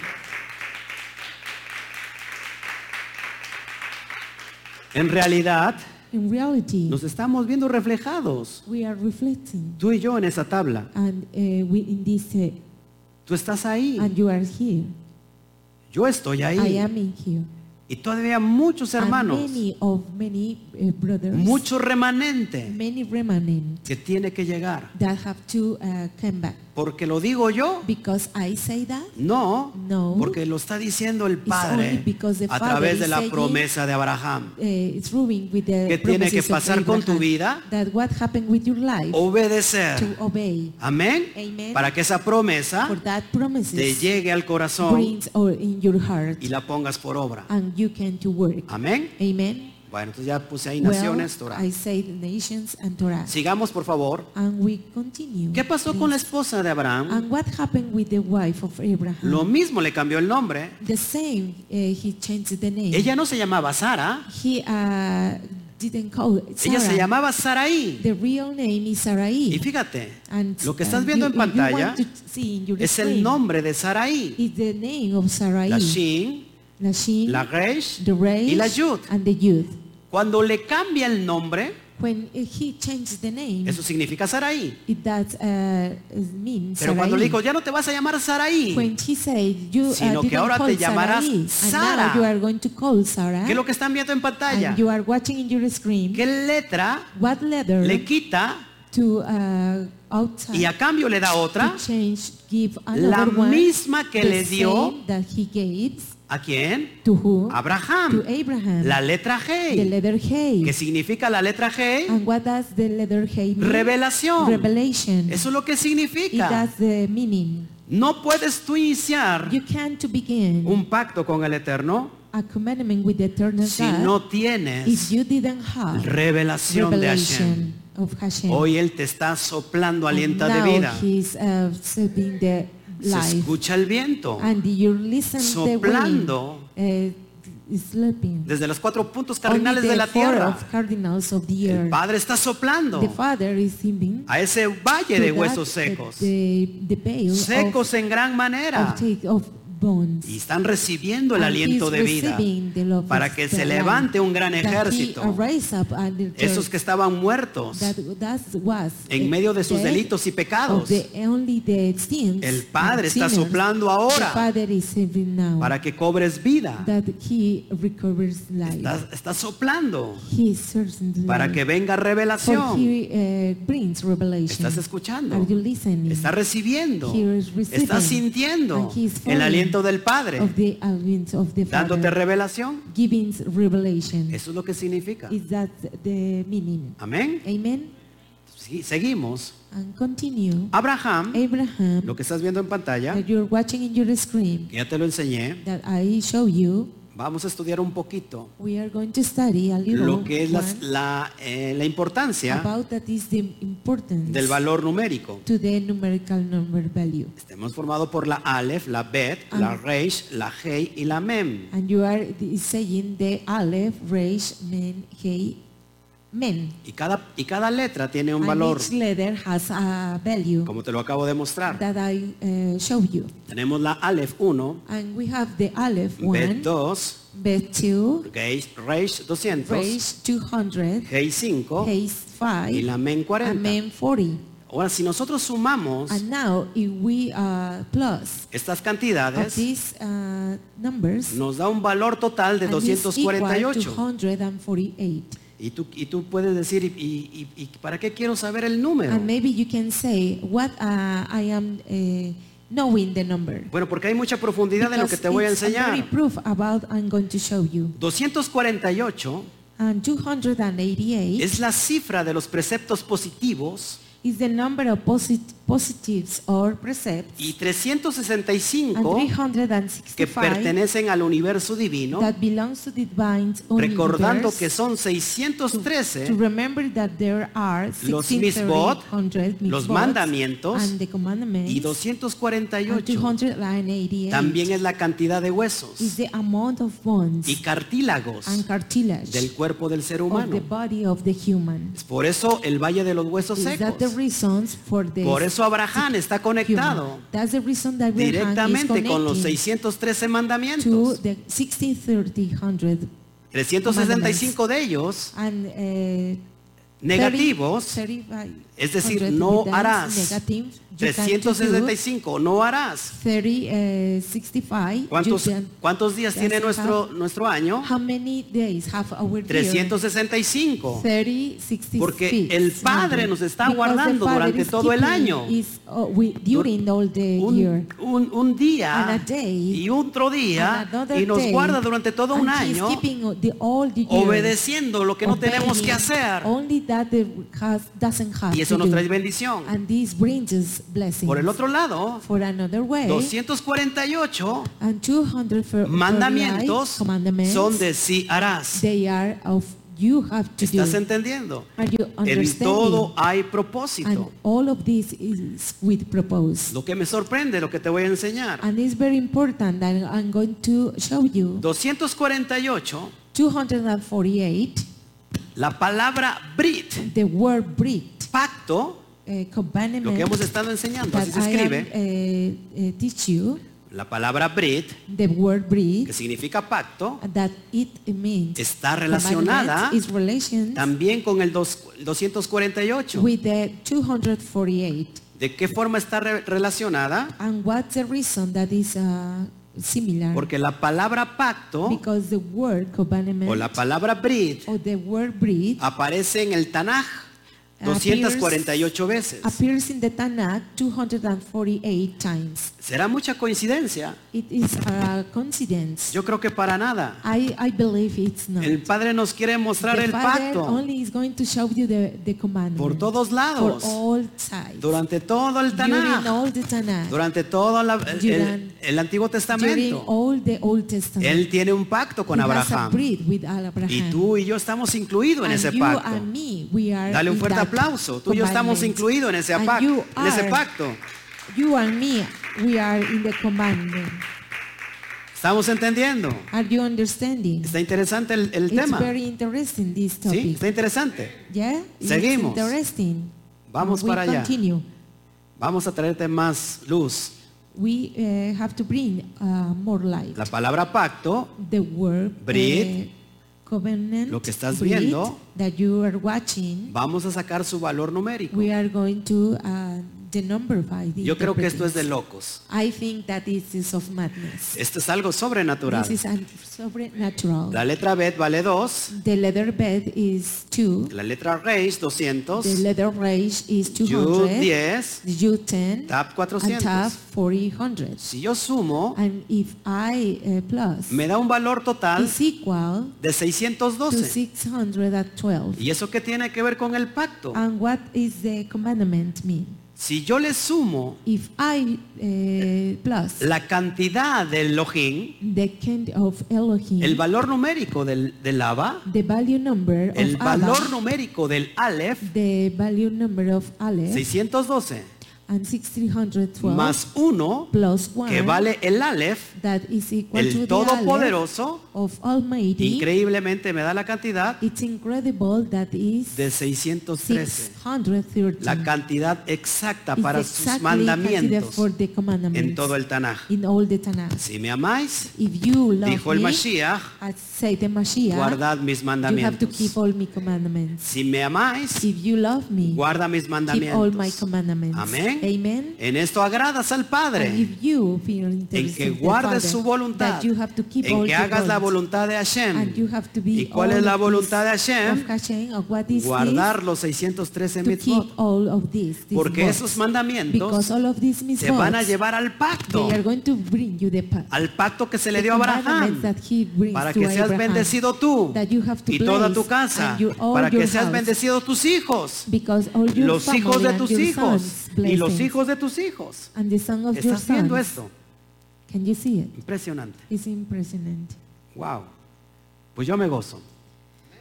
S1: En realidad,
S2: In reality,
S1: nos estamos viendo reflejados,
S2: we are reflecting,
S1: tú y yo, en esa tabla.
S2: and uh, we in this, eh,
S1: Tú estás ahí,
S2: and you are here.
S1: yo estoy
S2: I
S1: ahí.
S2: am in here.
S1: Y todavía muchos
S2: And
S1: hermanos,
S2: many of many eh, brothers,
S1: mucho remanente
S2: many remnant
S1: que tiene que llegar.
S2: that have to uh, come back.
S1: Porque lo digo yo,
S2: Because I say that,
S1: No,
S2: No.
S1: porque lo está diciendo el
S2: It's only
S1: Padre
S2: because the
S1: a
S2: Father
S1: través
S2: is
S1: de la
S2: saying-
S1: promesa de Abraham.
S2: eh, it's ruined with the
S1: ¿Qué tiene que
S2: promises of
S1: pasar con tu
S2: Abraham,
S1: vida? Oh,
S2: That what happened with your life
S1: Obedecer.
S2: to obey.
S1: Amén.
S2: Amen.
S1: Para que esa promesa
S2: For that
S1: te
S2: promises
S1: llegue al corazón
S2: brings all in your heart
S1: y la pongas por obra.
S2: and you can to work.
S1: Amén.
S2: Amen.
S1: Bueno, entonces ya puse ahí
S2: Well,
S1: naciones, Torah.
S2: I say the nations and Torah.
S1: Sigamos, por favor.
S2: And we continue.
S1: ¿Qué pasó con la esposa de Abraham?
S2: And what happened with the wife of Abraham?
S1: Lo mismo le cambió el nombre.
S2: The same, eh, he changed the name.
S1: Ella no se llamaba Sara,
S2: He uh, didn't call it
S1: ella se
S2: Sarah.
S1: llamaba Saraí.
S2: The real name is
S1: Y
S2: Sarai.
S1: fíjate,
S2: And,
S1: lo que estás
S2: and
S1: viendo
S2: you-
S1: en
S2: you want
S1: pantalla
S2: to see in your
S1: es el
S2: screen
S1: nombre de Saraí.
S2: is the name of Sarai.
S1: La Shin,
S2: La Shin,
S1: la Resh
S2: the Reish,
S1: y la Yud.
S2: and the Yud.
S1: Cuando le cambia el nombre,
S2: When he changed the name,
S1: eso significa Saraí.
S2: it that uh, means
S1: Pero cuando
S2: Sarai.
S1: le dijo, ya no te vas a llamar Saraí,
S2: When he said, you uh,
S1: Sino que
S2: didn't
S1: ahora
S2: call
S1: te llamarás
S2: Sarai, and
S1: Sara.
S2: now you are going to call Sarah.
S1: que es lo que están viendo en pantalla,
S2: And you are watching in your screen.
S1: ¿qué letra
S2: what letter
S1: le quita
S2: to uh, outside
S1: y a cambio le da otra?
S2: to change give
S1: La
S2: another one,
S1: misma que
S2: the
S1: le dio-
S2: same that he gave
S1: ¿A quién?
S2: to who?
S1: Abraham.
S2: To Abraham.
S1: La letra
S2: the
S1: G,
S2: letter
S1: que
S2: Hey.
S1: significa la letra G,
S2: And what does the letter Hey mean?
S1: revelación.
S2: Revelation.
S1: Eso es lo que
S2: it
S1: significa.
S2: does the meaning.
S1: No puedes tú iniciar
S2: You can't to begin
S1: un pacto con el Eterno
S2: a commandment with the eternal
S1: si
S2: God
S1: no
S2: if
S1: tienes
S2: you didn't have
S1: revelación de Hashem.
S2: revelation of Hashem.
S1: Hoy Él te está soplando
S2: and
S1: alienta
S2: now
S1: de vida.
S2: he's uh, saving the
S1: Se
S2: life.
S1: escucha el viento
S2: And you listen
S1: Soplando.
S2: the wind, uh, sleeping.
S1: desde los cuatro puntos
S2: Only
S1: cardinales de
S2: the
S1: la
S2: four
S1: tierra.
S2: Of cardinals of the
S1: El
S2: earth.
S1: Padre está soplando
S2: The father is singing
S1: a ese valle
S2: to
S1: de
S2: that,
S1: huesos
S2: uh,
S1: secos,
S2: The, the veil of-
S1: secos en gran manera,
S2: of, take- of bones.
S1: y están recibiendo el
S2: And
S1: aliento
S2: he's
S1: de vida
S2: receiving the love
S1: para
S2: of
S1: que
S2: the
S1: se
S2: Lamb,
S1: levante un gran
S2: that he
S1: ejército.
S2: arise up and the
S1: Esos que estaban muertos
S2: that, that was
S1: en medio de sus
S2: death
S1: delitos y pecados.
S2: of the- only the sins
S1: El Padre
S2: and
S1: está
S2: sinners.
S1: soplando ahora
S2: The Father is saving now
S1: para que cobres vida.
S2: that he recovers life.
S1: Está, está soplando
S2: He is certain the
S1: para
S2: life.
S1: que venga
S2: For
S1: revelación.
S2: he eh, brings revelation.
S1: Estás escuchando.
S2: Are you listening?
S1: Está recibiendo,
S2: He is receiving.
S1: está sintiendo
S2: And he is
S1: el
S2: falling
S1: aliento del Padre,
S2: Of the advent of the
S1: dándote
S2: Father.
S1: revelación.
S2: Giving revelation.
S1: Eso es lo que significa.
S2: Is that the meaning?
S1: Amén.
S2: Amen.
S1: Sí, seguimos.
S2: And continue.
S1: Abraham,
S2: Abraham,
S1: lo que estás viendo en pantalla,
S2: that you're watching in your screen,
S1: que ya te lo enseñé,
S2: that I show you,
S1: vamos a estudiar un poquito
S2: we are going to study a little
S1: lo que es la,
S2: one
S1: la, eh, la importancia
S2: about that is the importance
S1: del valor numérico.
S2: to the numerical number value.
S1: Estamos formados por la Aleph, la Bet, la
S2: Am-
S1: Reish, la Hei y la Mem.
S2: And you are the- saying the Aleph, Reish, Men, Hey, Men.
S1: Y cada, y cada letra tiene un
S2: And
S1: valor,
S2: each letter has a value
S1: como te lo acabo de mostrar.
S2: that I uh, show you.
S1: Tenemos la Aleph 1,
S2: And we have the Aleph
S1: Bet
S2: 1,
S1: 2,
S2: Bet 2,
S1: Reish Reish 200,
S2: Reish 200,
S1: Hei 5
S2: Hey
S1: y
S2: 5,
S1: la Men 40.
S2: and Men 40.
S1: Ahora, si nosotros sumamos
S2: And now, if we uh, plus
S1: estas
S2: of
S1: cantidades,
S2: these uh, numbers,
S1: nos da un valor total de
S2: and it's equal
S1: 248.
S2: to 148.
S1: Y tú, y tú puedes decir, ¿y, y- y- y para qué quiero saber el número?
S2: And maybe you can say what uh, I am uh, knowing the number.
S1: Bueno, porque hay mucha profundidad en lo que
S2: Because
S1: te voy a
S2: it's very
S1: enseñar.
S2: proof about I'm going to show you.
S1: 248
S2: And 288
S1: es la cifra de los preceptos positivos
S2: is the number of posit- positives or precepts.
S1: y
S2: And
S1: 365 que
S2: 365
S1: pertenecen al universo divino,
S2: that belongs to the divine
S1: recordando que
S2: universe.
S1: son
S2: to
S1: 613
S2: remember that there are
S1: Los
S2: 16,
S1: mitzvot,
S2: 300
S1: los
S2: mitzvots
S1: mandamientos
S2: and the commandments,
S1: y
S2: and
S1: 248
S2: 288
S1: también es la cantidad de
S2: is
S1: huesos
S2: the amount of bones
S1: y cartílagos
S2: and cartilage
S1: del cuerpo del ser
S2: of the
S1: humano.
S2: body of the human.
S1: Es por eso el Valle de los Huesos
S2: Is that the
S1: Secos.
S2: reasons for this
S1: Por eso Abraham está conectado
S2: human? That's the reason that we are
S1: directamente con los
S2: connecting
S1: 613
S2: to
S1: mandamientos.
S2: the 1630
S1: 365 de ellos
S2: and eh,
S1: negativos,
S2: 30, 35,
S1: es decir,
S2: 100
S1: no
S2: with that
S1: harás.
S2: negative, you can do
S1: 365 no harás.
S2: 30, eh, 65, you
S1: ¿Cuántos,
S2: can-
S1: cuántos días tiene
S2: Yes,
S1: nuestro, nuestro año?
S2: How many days have our year?
S1: 365.
S2: 30, 66.
S1: Porque el Padre nos está
S2: Because the
S1: guardando
S2: Father
S1: durante
S2: is
S1: todo el
S2: keeping
S1: año.
S2: is, uh, we- during all the year.
S1: Un, un- un día
S2: And a day.
S1: y otro día
S2: And another
S1: y nos
S2: day.
S1: guarda durante todo un
S2: And he is
S1: año
S2: keeping the- all the year,
S1: obedeciendo lo que no tenemos que
S2: obeying
S1: hacer.
S2: only that the has- doesn't have
S1: Y eso
S2: to
S1: nos
S2: do.
S1: trae bendición.
S2: And this brings us blessings.
S1: Por el otro lado,
S2: For another way,
S1: 248
S2: and 249
S1: mandamientos
S2: commandments,
S1: son de sí harás.
S2: they are of you have to
S1: ¿Estás
S2: do.
S1: entendiendo?
S2: Are you
S1: En
S2: understanding?
S1: todo hay
S2: And
S1: propósito.
S2: all of this is with purpose.
S1: Lo que me sorprende, lo que te voy a enseñar.
S2: And it's very important that I'm going to show you
S1: 248,
S2: 248,
S1: la palabra Brit,
S2: the word Brit,
S1: pacto,
S2: uh,
S1: lo que hemos estado enseñando, así
S2: that
S1: se
S2: I am,
S1: escribe.
S2: eh, eh, teach you,
S1: La palabra Brit,
S2: the word
S1: que
S2: Brit,
S1: significa pacto,
S2: that it means
S1: está
S2: commandment
S1: relacionada
S2: is relations
S1: también con el dos- 248.
S2: with the 248.
S1: ¿De qué forma está re- relacionada?
S2: And what's the reason that is uh, similar?
S1: Porque la palabra pacto
S2: Because the word commandment
S1: o la Ah, palabra Brit
S2: or the word Brit
S1: aparece en el Tanaj 248 veces.
S2: appears in the Tanakh 248 times.
S1: ¿Será mucha coincidencia?
S2: It is a coincidence.
S1: Yo creo que para nada.
S2: I, I believe it's not.
S1: El Padre nos quiere mostrar
S2: the
S1: el
S2: Father
S1: pacto
S2: only is going to show you the, the commandment
S1: por todos
S2: for
S1: lados,
S2: all sides.
S1: durante todo el
S2: during
S1: Tanaj,
S2: all the Tanakh.
S1: durante todo la- el, el-
S2: Durante-
S1: el Antiguo
S2: during
S1: Testamento.
S2: all the Old Testament.
S1: Él tiene un pacto con
S2: He has a
S1: Abraham
S2: breed with Abraham.
S1: y tú y yo estamos incluidos en
S2: And
S1: ese
S2: you
S1: pacto.
S2: and me, we are
S1: Dale un
S2: in
S1: fuerte
S2: that
S1: aplauso. Tú y yo estamos
S2: commandment.
S1: incluidos en ese,
S2: And
S1: pac-
S2: you
S1: en ese
S2: are-
S1: pacto.
S2: You and me, we are in the commandment.
S1: ¿Estamos entendiendo?
S2: Are you understanding?
S1: Está interesante el, el
S2: It's
S1: tema.
S2: very interesting this topic.
S1: ¿Sí? Está interesante.
S2: Yeah? It's
S1: Seguimos.
S2: interesting.
S1: Vamos
S2: we
S1: para allá.
S2: continue.
S1: Vamos a traerte más luz.
S2: We eh, have to bring uh, more light.
S1: La palabra pacto
S2: the word
S1: Brit,
S2: eh, covenant
S1: lo que estás
S2: Brit,
S1: viendo,
S2: that you are watching,
S1: vamos a sacar su valor numérico.
S2: we are going to uh, the number by the
S1: Yo creo que esto es de
S2: interpreters.
S1: locos.
S2: I think that this is of madness.
S1: Esto es algo sobrenatural.
S2: This is un- sobrenatural.
S1: La letra Bet vale 2,
S2: The leather bed is 2.
S1: la letra Reis
S2: The
S1: 200,
S2: leather range is
S1: Yud
S2: 200.
S1: 10,
S2: The Yud 10.
S1: Tab
S2: And tab
S1: 400.
S2: 400.
S1: Si yo sumo,
S2: And if I uh, plus
S1: me da un valor total
S2: is equal
S1: de
S2: to
S1: 612.
S2: 612.
S1: ¿Y eso qué tiene que ver con el pacto?
S2: And what is the commandment mean?
S1: Si yo le sumo
S2: If I uh, plus
S1: la cantidad del Elohim,
S2: the kind of Elohim,
S1: el valor numérico del, del Abba,
S2: the value number of
S1: el
S2: Abba,
S1: valor numérico del Aleph,
S2: the value number of Aleph,
S1: 612.
S2: and 6312
S1: más uno
S2: plus 1
S1: que vale el Aleph,
S2: that is equal
S1: el
S2: to the aleph
S1: Todopoderoso,
S2: of Almighty.
S1: increíblemente me da la cantidad
S2: It's incredible that is
S1: de 613.
S2: 613.
S1: La cantidad exacta
S2: It's
S1: para sus
S2: exactly considered
S1: mandamientos
S2: for the commandments
S1: en todo el Tanaj.
S2: in all the Tanakh.
S1: Si me amáis,
S2: If you love
S1: dijo el
S2: me,
S1: Mashiach,
S2: as say the Mashiach,
S1: guardad mis
S2: you have to keep
S1: mandamientos.
S2: all my commandments.
S1: Si me amáis,
S2: If you love me,
S1: guarda mis
S2: keep all my
S1: mandamientos.
S2: commandments.
S1: Amén.
S2: Amen.
S1: En esto agradas al
S2: And
S1: Padre,
S2: if you fear
S1: en
S2: interest
S1: que
S2: of the
S1: guardes
S2: Father,
S1: su voluntad,
S2: that you have to keep
S1: en
S2: all
S1: que
S2: the
S1: hagas la
S2: words.
S1: voluntad de
S2: And you
S1: Hashem.
S2: have to be
S1: ¿Y cuál es
S2: all
S1: la
S2: of
S1: voluntad de
S2: this
S1: Hashem?
S2: Of Hashem of what is
S1: Guardar los 613
S2: this, to
S1: mitzvot.
S2: keep all of this, these
S1: Porque
S2: words.
S1: esos mandamientos
S2: Because all of these
S1: se van a
S2: mitzvot,
S1: llevar al pacto,
S2: They are going to bring you the path.
S1: al pacto que se le
S2: The
S1: dio a Abraham,
S2: commandments that he brings
S1: para
S2: to
S1: que seas
S2: Abraham,
S1: bendecido tú
S2: that you have to
S1: y toda tu
S2: place
S1: casa,
S2: and your- all
S1: para que
S2: your
S1: seas
S2: house.
S1: bendecido tus hijos,
S2: Because all your
S1: los
S2: family
S1: hijos de
S2: and
S1: tus
S2: your
S1: hijos
S2: sons'
S1: y los
S2: blessings
S1: hijos de tus hijos.
S2: And the son of your
S1: ¿Estás viendo
S2: sons.
S1: esto?
S2: Can you see it?
S1: Impresionante.
S2: It's impressionant.
S1: Wow. Pues yo me gozo.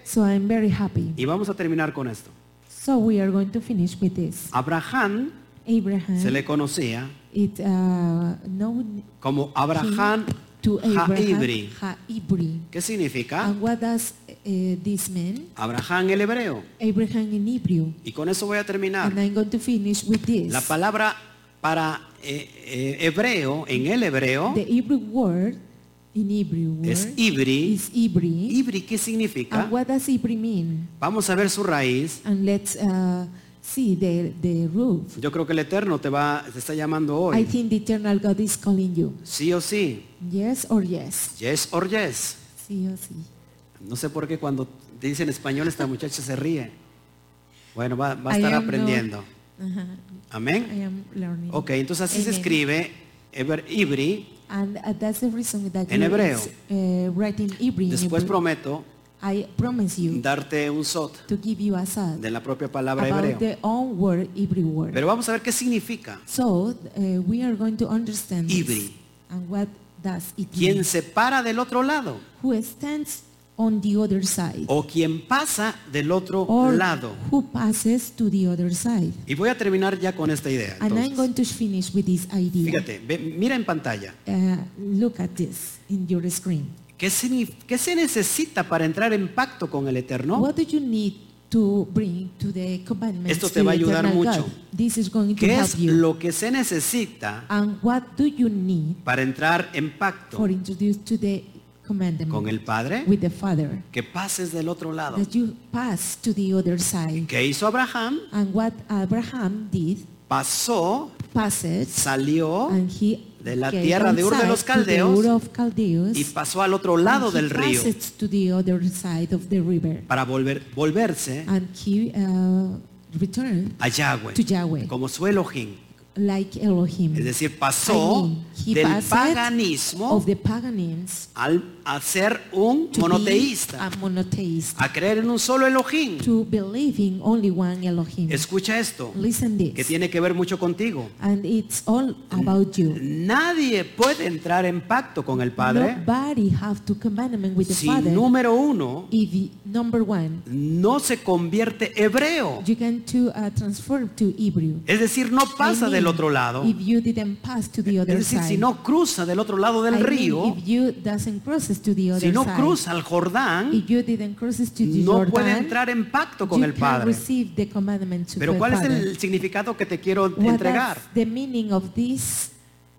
S2: So I'm very happy.
S1: Y vamos a terminar con esto.
S2: So we are going to finish with this.
S1: Abraham
S2: Abraham,
S1: se le conocía
S2: it uh, known
S1: como
S2: him
S1: Abraham
S2: to Abraham
S1: Haibri.
S2: Haibri.
S1: ¿Qué significa?
S2: And what does uh, this mean?
S1: Abraham el hebreo.
S2: Abraham in Hebrew.
S1: Y con eso voy a terminar.
S2: And I'm going to finish with this.
S1: La palabra para eh, eh, hebreo, en el hebreo,
S2: The Hebrew word in Hebrew word
S1: es ibri.
S2: is Ibri.
S1: ¿Ibri qué significa?
S2: And what does Ibri mean?
S1: Vamos a ver su raíz.
S2: And let's uh, see the, the roof.
S1: Yo creo que el Eterno te va, te está llamando
S2: I
S1: hoy.
S2: think the eternal God is calling you.
S1: Sí o sí.
S2: Yes or yes?
S1: Yes or yes.
S2: Sí o sí.
S1: No sé por qué cuando te dicen español esta muchacha se ríe. Bueno, va, va a
S2: I
S1: estar
S2: am not-
S1: aprendiendo.
S2: Ajá.
S1: Amén.
S2: I am learning.
S1: Ok, entonces así se
S2: Amen.
S1: escribe Eber- Ibri.
S2: And uh, that's the reason that
S1: En
S2: you
S1: hebreo.
S2: uh, write in Hebrew. in
S1: Después
S2: Hebrew.
S1: prometo
S2: I promise you
S1: darte un sot
S2: to give you a sad
S1: de la propia palabra
S2: about
S1: hebreo.
S2: the own word, Hebrew word.
S1: Pero vamos a ver qué significa.
S2: So uh, we are going to understand this.
S1: Ibri.
S2: and what does it mean?
S1: Quien se para del otro lado
S2: Who stands on the other side
S1: o quien pasa del otro
S2: or
S1: lado.
S2: who passes to the other side.
S1: Y voy a terminar ya con esta idea.
S2: and I'm
S1: entonces.
S2: going to finish with this idea.
S1: Fíjate, ve- mira en pantalla.
S2: Uh, look at this in your screen.
S1: ¿Qué, signif- qué se necesita para entrar en pacto con el Eterno?
S2: What do you need to bring to the commandments
S1: Esto te
S2: to
S1: va a
S2: the
S1: ayudar
S2: eternal
S1: mucho.
S2: God? This is going to
S1: ¿Qué
S2: help
S1: es
S2: you.
S1: lo que se necesita
S2: And what do you need
S1: para entrar en pacto
S2: for introduced to the commandment
S1: con el Padre?
S2: with the Father?
S1: Que pases del otro lado.
S2: That you pass to the other side.
S1: ¿Qué hizo Abraham?
S2: And what Abraham did
S1: Pasó,
S2: passes
S1: salió
S2: and he
S1: de la
S2: gave
S1: tierra de Ur de
S2: outside
S1: los
S2: to the
S1: Caldeos
S2: Ur of Caldeos,
S1: y pasó al otro
S2: and
S1: lado
S2: he
S1: del río
S2: passes to the other side of the river
S1: para volver, volverse
S2: and he uh, returned
S1: a Yahweh,
S2: Ah, to Yahweh.
S1: como su Elohim.
S2: like Elohim.
S1: Es decir, pasó
S2: I mean, he
S1: del
S2: passed
S1: paganismo
S2: of the paganins
S1: al, a ser un
S2: to
S1: monoteísta,
S2: be a monotheist,
S1: a creer en un solo Elohim.
S2: to believe in only one Elohim.
S1: Escucha esto,
S2: Listen
S1: que
S2: this,
S1: tiene que ver mucho contigo.
S2: and it's all about you.
S1: Nadie puede entrar en pacto con el Padre
S2: Nobody have to commandment with the
S1: si
S2: Father.
S1: número uno
S2: if y- number one,
S1: no se convierte hebreo.
S2: you can to uh, transform to Hebrew.
S1: Es decir, no pasa
S2: I mean,
S1: del otro lado.
S2: If you didn't pass to the
S1: Es
S2: other
S1: decir,
S2: side.
S1: si no cruza del otro lado
S2: I
S1: del
S2: mean,
S1: río,
S2: if you doesn't crosses to the other
S1: si no
S2: side.
S1: cruza al Jordán,
S2: if you didn't crosses to the
S1: no
S2: Jordan,
S1: puede entrar en pacto con
S2: you
S1: el
S2: can
S1: Padre.
S2: receive the commandment to
S1: Pero
S2: the
S1: ¿cuál es
S2: Father.
S1: el significado que te quiero
S2: What
S1: entregar?
S2: is the meaning of this?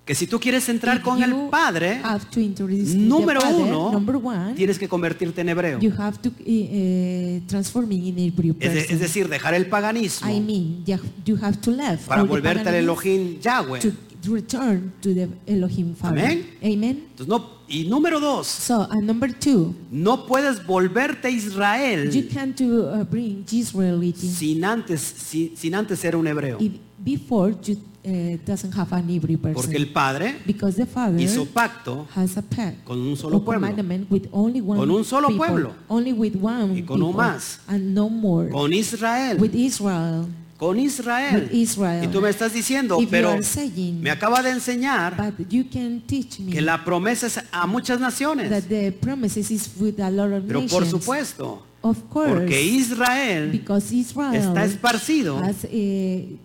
S1: Que si tú quieres entrar
S2: If
S1: con el
S2: you
S1: Padre,
S2: have to introduce the
S1: número
S2: Father, number
S1: uno,
S2: one,
S1: tienes que convertirte en hebreo.
S2: you have to eh, eh, transforming in Hebrew
S1: Es, de-
S2: person.
S1: es decir, dejar el paganismo
S2: I mean, you have- you have to left
S1: para
S2: all the
S1: volverte al
S2: paganism
S1: Elohim Yahweh.
S2: to return to the Elohim Father.
S1: Amén.
S2: Amen.
S1: Entonces, no- y número dos,
S2: So, and number two,
S1: no puedes volverte a
S2: you
S1: Israel
S2: can to uh, bring Israelity
S1: sin antes, sin, sin antes ser un hebreo.
S2: if before you eh, doesn't have an Hebrew person.
S1: Porque el Padre
S2: because the Father
S1: hizo pacto
S2: has a pact
S1: con un solo
S2: or
S1: pueblo.
S2: commandment with only one
S1: Con un solo
S2: people,
S1: pueblo.
S2: only with one
S1: Y con un
S2: people,
S1: más.
S2: and no more
S1: con Israel.
S2: with Israel
S1: Con Israel.
S2: With Israel.
S1: Y tú me estás diciendo,
S2: If you
S1: pero
S2: are saying-
S1: me acaba de enseñar
S2: but you can teach me
S1: que la promesa es a muchas naciones.
S2: that the promises is with a lot of
S1: Pero por
S2: nations
S1: supuesto,
S2: of course
S1: porque Israel
S2: because Israel
S1: está esparcido
S2: has, eh,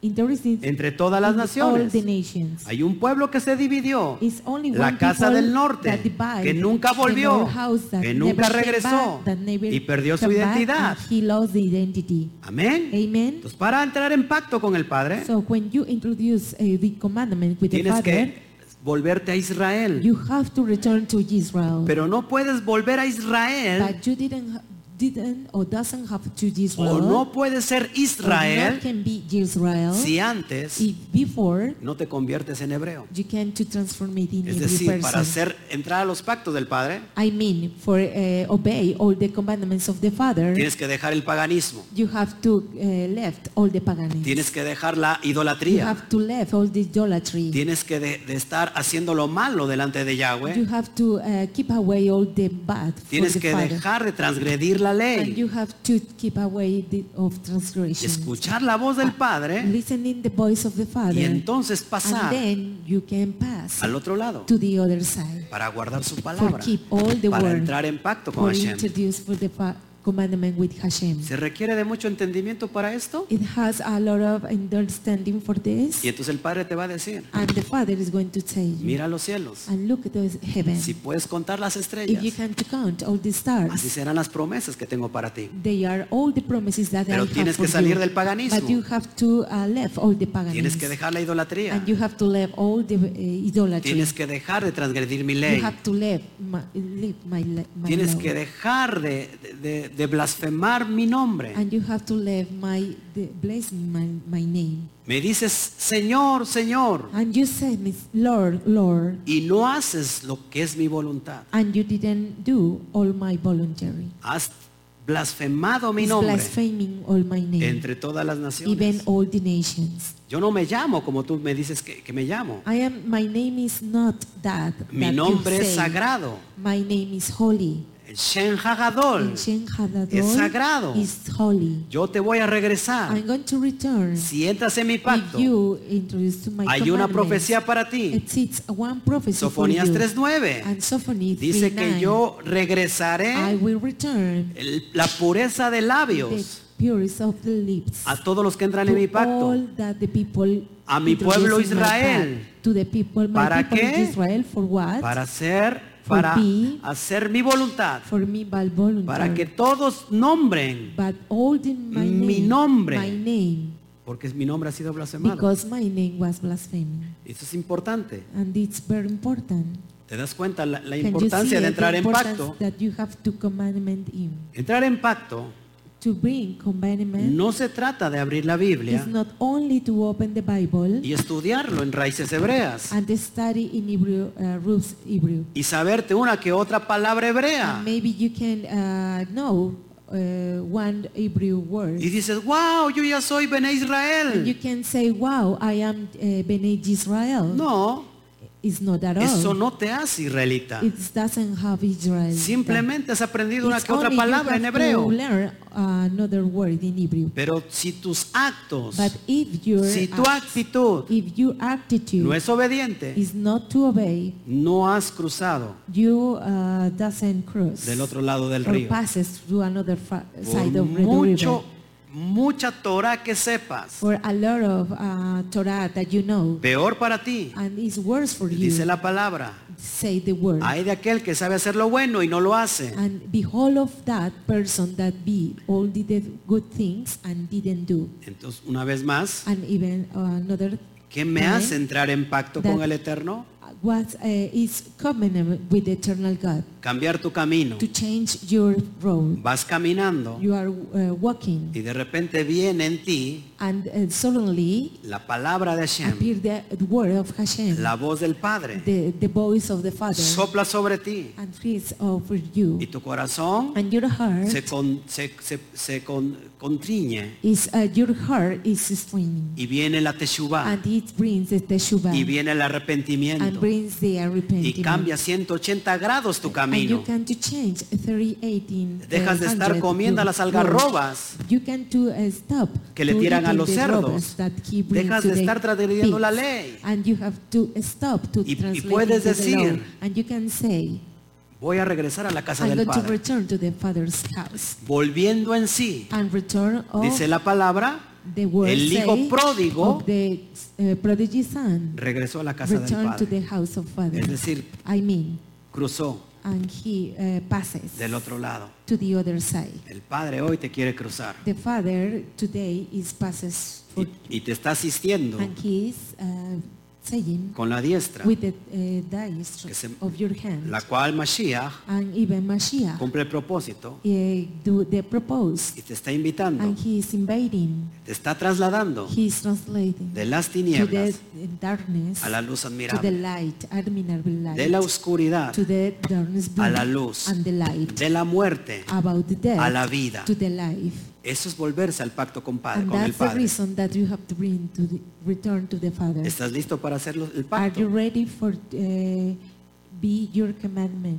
S2: in the recent-
S1: Entre todas las
S2: in all
S1: naciones.
S2: the nations.
S1: Hay un pueblo que se dividió.
S2: It's only
S1: La
S2: one
S1: casa
S2: people
S1: del
S2: that
S1: norte,
S2: divide,
S1: que nunca
S2: the
S1: volvió,
S2: North house that
S1: que nunca
S2: never came
S1: regresó
S2: back, that never
S1: y perdió su
S2: came back,
S1: identidad.
S2: and He lost the identity.
S1: Amén.
S2: Amen.
S1: Entonces, para entrar en pacto con el Padre,
S2: So when you introduce eh, the commandment with the
S1: tienes
S2: Father,
S1: que volverte a Israel.
S2: you have to return to Israel.
S1: Pero no puedes volver a Israel
S2: but you didn't ha- didn't or doesn't have to Israel.
S1: o no puedes ser
S2: or
S1: Israel
S2: not can be Israel
S1: si antes
S2: if before
S1: no te conviertes en hebreo.
S2: you can to transform it in
S1: Es
S2: every
S1: decir,
S2: person.
S1: para hacer entrar a los pactos del Padre,
S2: I mean, for eh, obey all the commandments of the Father,
S1: tienes que dejar el paganismo,
S2: you have to eh, left all the paganism.
S1: tienes que dejar la
S2: You
S1: idolatría,
S2: have to leave all the idolatry.
S1: tienes que de, de estar haciendo lo malo delante de
S2: You
S1: Yahweh,
S2: have to uh, keep away all the bad from
S1: tienes
S2: the
S1: que
S2: Father.
S1: dejar de transgredir la
S2: And
S1: ley,
S2: you have to keep away the, of transgression.
S1: escuchar la voz del Padre
S2: Listening the voice of the Father.
S1: y entonces
S2: and
S1: pasar
S2: then you can pass
S1: al otro lado
S2: to the other side.
S1: para guardar su palabra,
S2: keep all the
S1: para
S2: word.
S1: entrar en pacto con
S2: For
S1: Hashem.
S2: introduce for the fa- commandment with Hashem.
S1: ¿Se requiere de mucho entendimiento para esto?
S2: It has a lot of understanding for this.
S1: Y entonces el Padre te va a decir,
S2: And the Father is going to tell you.
S1: mira los cielos,
S2: And look at those heaven.
S1: si puedes contar las
S2: If you
S1: estrellas,
S2: can count all the
S1: así
S2: stars,
S1: serán las promesas que tengo para ti.
S2: they are all the promises that
S1: Pero
S2: I
S1: tienes
S2: have for
S1: que salir
S2: you.
S1: del paganismo.
S2: But you have to uh, leave all the
S1: Tienes
S2: paganism.
S1: que dejar la idolatría,
S2: And you have to leave all the uh, idolatry.
S1: tienes que dejar de transgredir mi
S2: you
S1: ley,
S2: have to leave my, leave my, le- my
S1: tienes
S2: law.
S1: que dejar de, de- de blasfemar mi nombre.
S2: And you have to leave my the, bless my, my name.
S1: Me dices, Señor, Señor,
S2: And you said, me, Lord, Lord,
S1: y no haces lo que es mi voluntad.
S2: and you didn't do all my voluntary.
S1: Has blasfemado mi
S2: It's
S1: nombre
S2: blaspheming all my name,
S1: entre todas las
S2: even
S1: naciones.
S2: all the nations.
S1: Yo no me llamo como tú me dices que, que me llamo.
S2: I am. My name is not that.
S1: Mi
S2: that you
S1: nombre es
S2: say.
S1: sagrado.
S2: My name is holy.
S1: El Shem Hagadol.
S2: In Shem Hadadol
S1: Mm. Es sagrado. Ah.
S2: Is holy.
S1: Yo te voy a regresar.
S2: I'm going to return.
S1: Si entras en mi
S2: If
S1: pacto,
S2: you introduce to my
S1: hay una
S2: commandments,
S1: profecía para ti.
S2: It's, it's one prophecy
S1: Sofonías
S2: for you.
S1: 3.9.
S2: And Sophony
S1: Dice que
S2: 3:9,
S1: yo eh,
S2: I
S1: regresaré
S2: will return
S1: el- la pureza de
S2: the
S1: labios
S2: purest of the lips.
S1: a todos los que entran en
S2: to
S1: mi
S2: all
S1: pacto.
S2: that the people
S1: A mi pueblo
S2: introduce in my
S1: Israel.
S2: path, To the people, my
S1: ¿Para
S2: people
S1: qué?
S2: Israel, for what?
S1: Para hacer,
S2: For
S1: para
S2: be-
S1: hacer mi voluntad.
S2: for me, by voluntary.
S1: Para que todos nombren.
S2: But all in my name,
S1: Mi nombre.
S2: my name,
S1: Porque mi nombre ha sido blasfemado.
S2: because my name was blasphemy,
S1: Esto es importante.
S2: and it's very important.
S1: ¿Te das cuenta la, la
S2: Can you
S1: importancia
S2: see
S1: de
S2: the
S1: entrar en
S2: importance
S1: pacto?
S2: That you have to commandment in.
S1: Entrar en pacto
S2: To bring commandment
S1: no se trata de abrir la
S2: is
S1: Biblia
S2: not only to open the Bible
S1: y estudiarlo en raíces hebreas
S2: and study in Hebrew, uh, roots Hebrew.
S1: y saberte una que otra palabra hebrea.
S2: And maybe you can uh, know uh, one Hebrew word.
S1: Y dices, wow, yo ya soy Bene
S2: And you
S1: Israel.
S2: can say, wow, I am uh, Bene Israel.
S1: No,
S2: It's not at all.
S1: eso no te hace israelita.
S2: It doesn't have Israel.
S1: Simplemente has aprendido una
S2: It's
S1: que otra
S2: only
S1: palabra en
S2: you have to
S1: hebreo.
S2: learn another word in Hebrew.
S1: Pero si tus actos,
S2: But if your
S1: si tu
S2: act-
S1: actitud
S2: if your attitude
S1: no es obediente,
S2: is not to obey,
S1: no has cruzado
S2: you uh, doesn't cross
S1: del otro lado del
S2: or
S1: río.
S2: passes through another fa-
S1: Por
S2: side of the
S1: mucho,
S2: river.
S1: mucha Torah que sepas,
S2: For a lot of uh, Torah that you know,
S1: peor para ti,
S2: and it's worse for you.
S1: dice la palabra.
S2: Say the word.
S1: Hay de aquel que sabe hacer lo bueno y no lo hace.
S2: And behold of that person that be all did the good things and didn't do.
S1: Entonces, una vez más,
S2: And even uh, another
S1: ¿qué me
S2: time
S1: hace entrar en pacto con el Eterno?
S2: what uh, is covenant with the eternal God
S1: Cambiar tu camino.
S2: to change your road.
S1: Vas caminando
S2: You are uh, walking
S1: y de repente viene en ti
S2: and uh, suddenly
S1: la palabra de Hashem,
S2: appear the, the word of Hashem,
S1: la voz del Padre,
S2: the, the voice of the Father,
S1: sopla sobre ti
S2: and frees over you.
S1: y tu corazón
S2: And your heart
S1: se, con- se- se- se con- contriñe
S2: is uh, your heart is straining,
S1: y viene la teshuva
S2: and it brings the teshuva
S1: Ah. y viene el
S2: and
S1: arrepentimiento
S2: brings the
S1: y
S2: arrepentiment.
S1: cambia 180 grados tu
S2: And you
S1: camino.
S2: can to change uh, 318.
S1: Dejas de estar comiendo las algarrobas
S2: You can to uh, stop
S1: que le
S2: to
S1: tiran a
S2: eating
S1: los
S2: the
S1: cerdos.
S2: robas that he brings
S1: Dejas
S2: to
S1: de
S2: the
S1: estar transgrediendo la
S2: pigs.
S1: ley.
S2: And you have to uh, stop to
S1: Y- y
S2: translate
S1: puedes
S2: into the law.
S1: decir,
S2: and you can say
S1: Voy a regresar a la casa
S2: I'm
S1: del
S2: going to
S1: Padre.
S2: return to the father's house
S1: Volviendo en sí,
S2: and return of
S1: dice la palabra,
S2: The word
S1: El hijo
S2: say
S1: pródigo
S2: of the uh, prodigy son
S1: regresó a la casa del
S2: returned to the
S1: Padre.
S2: house of father.
S1: Es decir,
S2: I mean,
S1: cruzó
S2: and he uh, passes
S1: del otro lado.
S2: to the other side.
S1: El Padre hoy te quiere cruzar
S2: The father today is passes for,
S1: y, y te está asistiendo
S2: and he is uh, saying
S1: con la diestra,
S2: with the uh, dice
S1: Que se-
S2: of your hand
S1: la cual Mashiach
S2: and even Mashiach
S1: cumple el propósito
S2: uh, do the propose
S1: y te está invitando,
S2: and he is invading,
S1: te está trasladando
S2: he is translating
S1: de las
S2: to the
S1: tinieblas
S2: darkness
S1: a la luz
S2: to the
S1: admirable,
S2: light, admirable light,
S1: de la oscuridad
S2: to the darkness
S1: a
S2: blue,
S1: la luz,
S2: and the light,
S1: de la muerte
S2: about the death,
S1: a la vida.
S2: to the life.
S1: Eso es volverse al pacto con, padre,
S2: and
S1: con el
S2: that's the
S1: Padre.
S2: reason that you have to bring to the, return to the Father.
S1: ¿Estás listo para hacer los- el
S2: Are you
S1: pacto?
S2: ready for uh, be your commandment?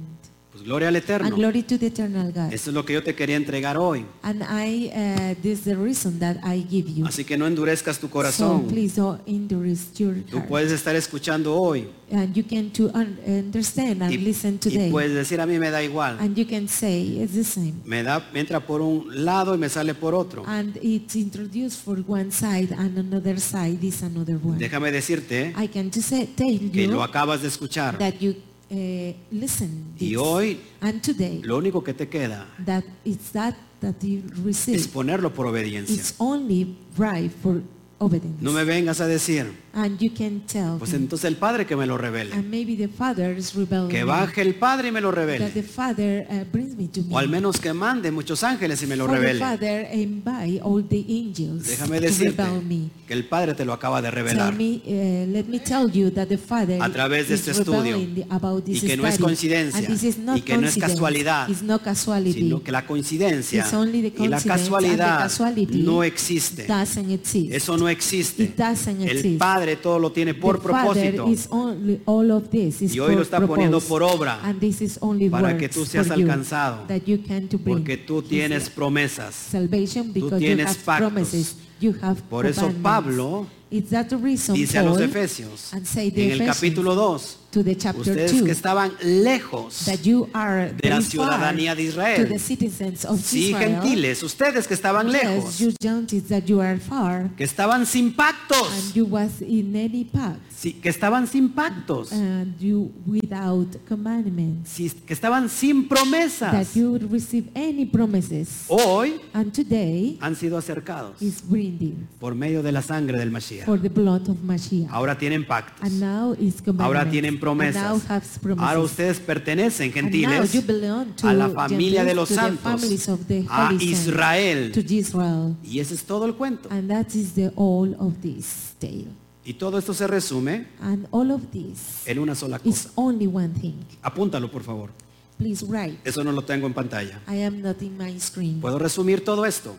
S1: Pues gloria al
S2: And
S1: Eterno.
S2: glory to the eternal God.
S1: Eso es lo que yo te quería entregar hoy.
S2: And I, uh, this is the reason that I give you.
S1: Así que no endurezcas tu
S2: So
S1: corazón.
S2: please don't endurance your
S1: Tú
S2: heart.
S1: puedes estar escuchando hoy
S2: And you can to un- understand and
S1: y,
S2: listen today.
S1: y puedes decir a mí me da igual.
S2: And you can say it's the same.
S1: Me, da, me entra por un lado y me sale por otro.
S2: And it's introduced for one side and another side is another one.
S1: Déjame decirte
S2: I can just say, tell
S1: que lo
S2: you
S1: acabas de escuchar.
S2: that you uh, listen
S1: Y
S2: this.
S1: hoy-
S2: and today
S1: Lo único que te queda
S2: that it's that that you
S1: es
S2: receive.
S1: ponerlo por obediencia.
S2: It's only right for obedience.
S1: No me vengas a decir,
S2: and you can tell
S1: pues
S2: them.
S1: entonces el Padre que me lo revele.
S2: and maybe the father is rebelling
S1: Que baje el Padre y me lo
S2: that the
S1: revele.
S2: father uh, brings me to me
S1: O al menos que mande muchos ángeles y me lo
S2: For the
S1: revele.
S2: father invite all the angels
S1: Déjame
S2: to rebel
S1: decirte
S2: me
S1: que el Padre te lo acaba de
S2: Tell
S1: revelar.
S2: me, eh, let me tell you that the Father
S1: A través de
S2: is
S1: este estudio.
S2: rebelling about this
S1: Y que no es
S2: study.
S1: coincidencia.
S2: And this is not
S1: Y que no es
S2: coincidence.
S1: casualidad.
S2: It's not casuality.
S1: Sino que la coincidencia
S2: It's only the
S1: y la
S2: coincidence and the
S1: casualidad
S2: casuality
S1: no existe.
S2: Doesn't exist.
S1: Eso no existe.
S2: It doesn't
S1: El
S2: exist.
S1: Padre todo lo tiene por
S2: the Father
S1: propósito
S2: is only, all of this is
S1: Y hoy lo
S2: for
S1: está poniendo
S2: purpose.
S1: por obra
S2: And this is only
S1: para que
S2: works
S1: tú seas
S2: for you
S1: alcanzado.
S2: that you can to bring
S1: porque tú
S2: His
S1: tienes promesas.
S2: salvation because you
S1: tienes
S2: have
S1: pactos.
S2: promises. You have
S1: Por eso
S2: commandments.
S1: Pablo
S2: It's that the reason
S1: Dice a los
S2: Paul
S1: Efesios
S2: and say the
S1: en el
S2: Ephesians
S1: capítulo 2,
S2: to the chapter
S1: ustedes
S2: 2
S1: que estaban lejos,
S2: that you are
S1: de la
S2: very
S1: ciudadanía
S2: far
S1: de Israel.
S2: To the citizens of
S1: sí
S2: Israel.
S1: gentiles, ustedes que estaban
S2: Yes,
S1: lejos,
S2: you gentiles that you are far
S1: que estaban sin
S2: and
S1: pactos,
S2: you was in any path
S1: sí, que estaban sin pactos,
S2: and you without commandments
S1: sí, que estaban sin
S2: that
S1: promesas,
S2: you would receive any promises
S1: hoy
S2: and today
S1: han sido acercados
S2: is bringing
S1: por medio de la sangre del Mashiach.
S2: for the blood of Mashiach
S1: Ahora tienen pactos,
S2: and now is commandments
S1: ahora tienen
S2: and now
S1: promesas,
S2: has
S1: ahora
S2: promises
S1: ustedes pertenecen,
S2: And now
S1: gentiles,
S2: you belong to
S1: a la
S2: the
S1: familia de
S2: Gentiles,
S1: los
S2: to the
S1: santos,
S2: families of the
S1: a
S2: Holy Saints, to Ah.
S1: Israel.
S2: Israel
S1: Y ese es todo el cuento.
S2: and that is the all of this tale
S1: Y todo esto se resume
S2: and all of this
S1: en una sola
S2: is
S1: cosa.
S2: only one thing
S1: Apúntalo, por favor.
S2: please write
S1: Eso no lo tengo en pantalla.
S2: I am not in my screen
S1: Puedo resumir todo esto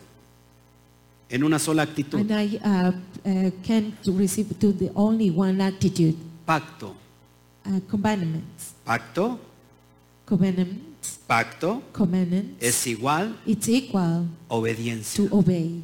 S1: en una sola actitud.
S2: and I uh, uh, can to receive to the only one attitude
S1: Pacto,
S2: uh, commandments
S1: pacto,
S2: commandments
S1: pacto
S2: commandments
S1: es igual
S2: it's equal
S1: obediencia.
S2: to obey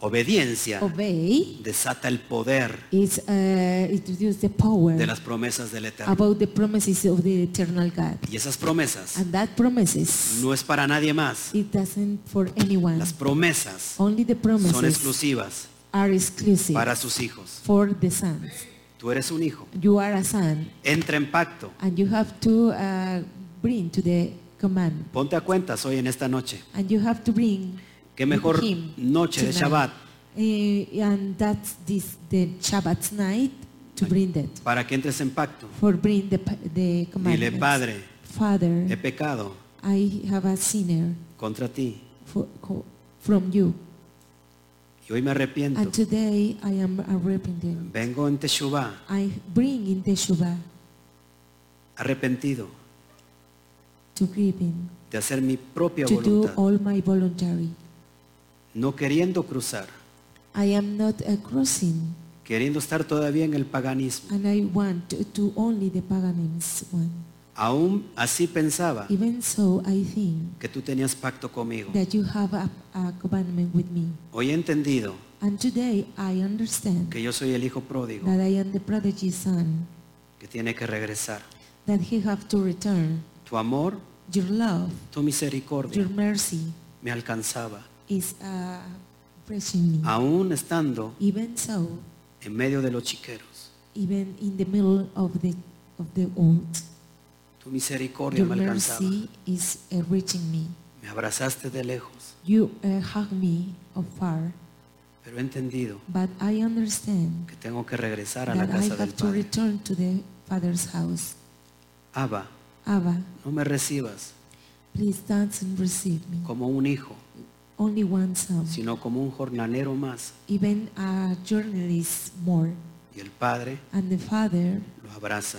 S1: Obediencia
S2: obey
S1: desata el poder
S2: is uh, introduce the power
S1: de las promesas del Eterno.
S2: about the promises of the eternal God.
S1: Y esas promesas
S2: And that promises,
S1: no es para nadie más.
S2: it doesn't for anyone.
S1: Las promesas
S2: Only the
S1: son
S2: promises
S1: exclusivas
S2: are exclusive
S1: para sus hijos.
S2: for the sons.
S1: Tú eres un hijo.
S2: You are a son
S1: Entra en pacto.
S2: and you have to uh, bring to the command.
S1: Ponte a cuentas hoy en esta noche.
S2: And you have to bring
S1: Qué mejor
S2: with him
S1: noche de
S2: tonight.
S1: Shabbat
S2: Eh, and that's this, the Shabbat night to bring that.
S1: para que entres en pacto.
S2: For bring the, pa- the commandments.
S1: Padre, eh,
S2: Father,
S1: He pecado
S2: I have a sinner
S1: contra ti
S2: for, co- from you.
S1: y hoy me arrepiento.
S2: And today I am arrepenting.
S1: Vengo en Teshuvah,
S2: I bring in Teshuvah
S1: arrepentido
S2: to give in,
S1: de hacer mi propia
S2: to do
S1: voluntad,
S2: all my voluntary.
S1: no queriendo cruzar,
S2: I am not a crossing,
S1: queriendo estar todavía en el paganismo.
S2: and I want to, to only the paganins one.
S1: Aún así pensaba
S2: Even so, I think
S1: que tú tenías pacto conmigo.
S2: that you have a, a commandment with me.
S1: Hoy he entendido
S2: And today I understand
S1: que yo soy el hijo pródigo
S2: that I am the prodigy son,
S1: que tiene que regresar.
S2: that he have to return.
S1: Tu amor,
S2: Your love,
S1: tu misericordia
S2: your mercy
S1: me alcanzaba
S2: is uh, oppressing me.
S1: aún estando
S2: Even so,
S1: en medio de los chiqueros.
S2: even in the middle of the of the old,
S1: Tu misericordia
S2: your
S1: me alcanzaba.
S2: mercy is uh, reaching me.
S1: Me abrazaste de lejos,
S2: You uh, hug me afar,
S1: pero he entendido
S2: but I understand
S1: que tengo que regresar a la
S2: that I
S1: casa del
S2: have to
S1: Padre.
S2: return to the Father's house.
S1: Abba,
S2: Abba,
S1: no me recibas
S2: please dance and receive me.
S1: como un hijo,
S2: Only one son,
S1: sino como un jornalero más.
S2: even a journalist more,
S1: Y el Padre
S2: and the Father
S1: lo abraza,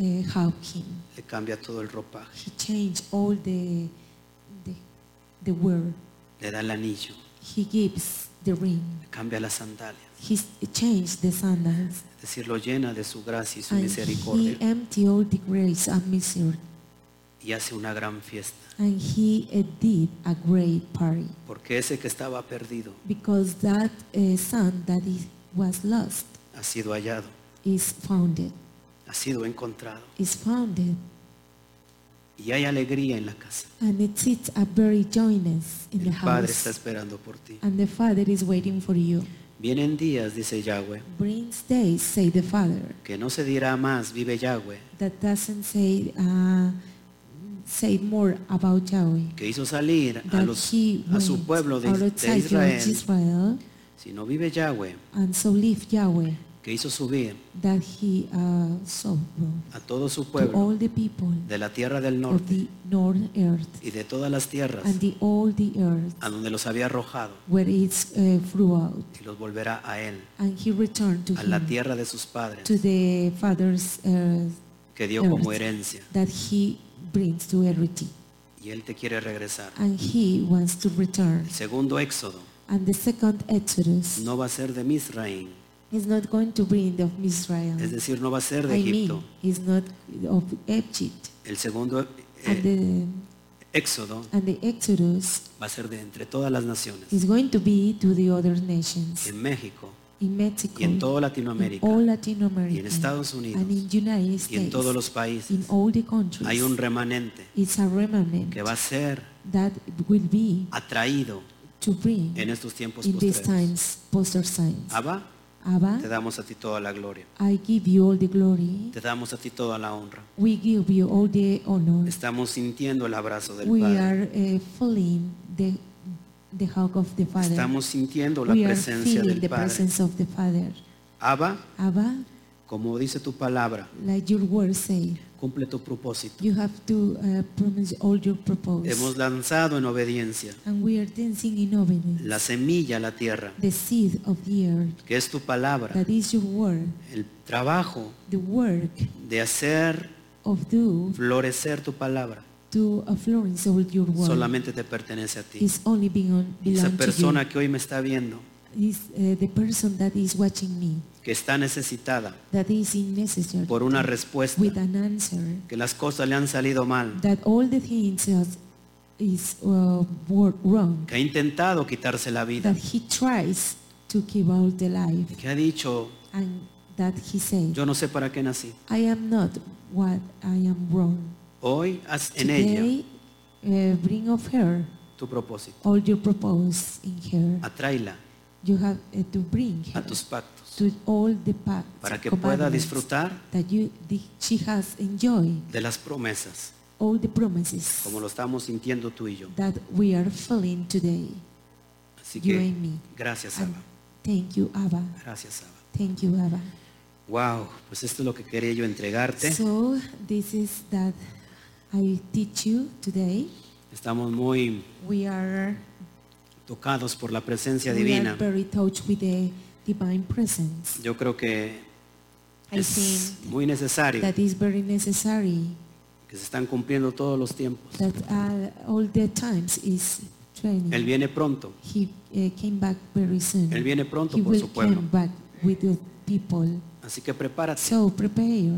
S2: uh, hugged him.
S1: le cambia todo el ropaje,
S2: He changed all the the the world.
S1: le da el anillo,
S2: He gives the ring.
S1: le cambia las sandalias.
S2: He changed the sandals.
S1: Es decir, lo llena de su gracia y su
S2: And
S1: misericordia
S2: he emptied all the grace and misery.
S1: y hace una gran fiesta.
S2: And he eh, did a great party.
S1: Porque ese que estaba perdido
S2: Because that eh, son that is, was lost
S1: ha sido hallado,
S2: is founded.
S1: ha sido encontrado.
S2: Is founded.
S1: Y hay alegría en la casa.
S2: And it sits a very joyness in the
S1: El Padre está
S2: house.
S1: esperando por ti.
S2: And the Father is waiting for you.
S1: Vienen días, dice Yahweh,
S2: Brings days, say the Father,
S1: que no se dirá más, vive Yahweh,
S2: that doesn't say uh, say more about Yahweh.
S1: que hizo salir a,
S2: That
S1: los,
S2: he
S1: a su
S2: went
S1: pueblo de,
S2: out
S1: de
S2: outside of
S1: Israel,
S2: Israel
S1: sino vive Yahweh,
S2: and so leave Yahweh
S1: que hizo subir
S2: that he uh, so brought
S1: a todo su
S2: to all
S1: pueblo
S2: the people
S1: de la tierra del
S2: of
S1: norte
S2: the north earth
S1: y de todas las tierras
S2: and the all the earth
S1: a donde los había arrojado
S2: where it's uh, throughout
S1: y los volverá a él,
S2: and he returned to
S1: a la
S2: him
S1: tierra de sus padres,
S2: to the father's earth
S1: que dio como herencia.
S2: that he brings to everything
S1: Y él te quiere regresar.
S2: and he wants to return
S1: El segundo éxodo
S2: and the second exodus
S1: no va a ser de Misraim,
S2: is not going to bring of Israel
S1: es decir, no va a ser de
S2: I
S1: Egipto.
S2: mean is not of Egypt
S1: El segundo eh,
S2: and the
S1: éxodo
S2: and the exodus
S1: va a ser de entre todas las naciones,
S2: is going to be to the other nations
S1: en México
S2: in Mexico
S1: y en toda
S2: in
S1: Latinoamérica
S2: all Latin America
S1: y en Estados
S2: and in
S1: Unidos
S2: United
S1: y en
S2: States
S1: todos los
S2: in
S1: países.
S2: all the countries
S1: Hay un remanente
S2: it's a remnant
S1: que va a ser
S2: that will be
S1: atraído
S2: to bring
S1: en estos tiempos
S2: in these
S1: posteriores.
S2: times poster signs
S1: Abba, te
S2: Abba
S1: damos a ti toda la gloria,
S2: I give you all the glory
S1: te damos a ti toda la honra.
S2: we give you all the honor
S1: Estamos sintiendo el abrazo del
S2: we
S1: Padre.
S2: are uh, feeling the the hug of the Father
S1: Estamos sintiendo la
S2: we are
S1: presencia
S2: feeling
S1: del
S2: the
S1: Padre.
S2: presence of the Father
S1: Abba,
S2: Abba
S1: como dice tu palabra,
S2: like your word say
S1: cumple tu propósito.
S2: you have to uh, promise all your
S1: Hemos
S2: purpose
S1: lanzado en obediencia
S2: and we are dancing in obedience
S1: la semilla a la tierra,
S2: the seed of the earth
S1: que es tu palabra,
S2: that is your word
S1: el trabajo
S2: the work
S1: de hacer
S2: of do
S1: florecer tu palabra.
S2: to a florence all your word
S1: Solamente te pertenece a ti.
S2: is only belong,
S1: Y esa
S2: belong
S1: persona que hoy me está viendo,
S2: to you is uh, the person that is watching me
S1: que está necesitada
S2: that is in necessary
S1: por una respuesta,
S2: with an answer
S1: que las cosas le han salido mal,
S2: that all the things is, is uh, wor- wrong
S1: que ha intentado quitarse la vida,
S2: that he tries to keep all the life
S1: que ha dicho,
S2: and that he said
S1: yo no sé para qué nací.
S2: I am not what I am wrong.
S1: Hoy haz en ella
S2: Today, uh, bring of her
S1: tu propósito.
S2: all your purpose in her.
S1: Atráela
S2: You have uh, to bring her
S1: a tus pactos
S2: to all the pacts
S1: para que pueda
S2: commandments
S1: disfrutar
S2: that you, the, she has enjoyed
S1: de las promesas,
S2: all the promises
S1: como lo estamos sintiendo tú y yo.
S2: that we are feeling today.
S1: Así
S2: You
S1: que
S2: and me.
S1: gracias,
S2: And
S1: Abba.
S2: thank you, Abba.
S1: Gracias, Abba.
S2: Thank you, Abba.
S1: Wow, pues esto es lo que quería yo entregarte.
S2: So this is that I teach you today.
S1: Estamos muy
S2: We are
S1: tocados por la presencia
S2: We are
S1: divina.
S2: very touched with the divine presence.
S1: Yo creo que
S2: I
S1: es
S2: think
S1: muy necesario
S2: that is very necessary.
S1: que se están cumpliendo todos los tiempos.
S2: That uh, all the times is
S1: Él
S2: training.
S1: viene pronto,
S2: He uh, came back very soon.
S1: Él viene pronto
S2: He
S1: por
S2: will
S1: su pueblo.
S2: come back with the people.
S1: así que prepárate.
S2: So prepare.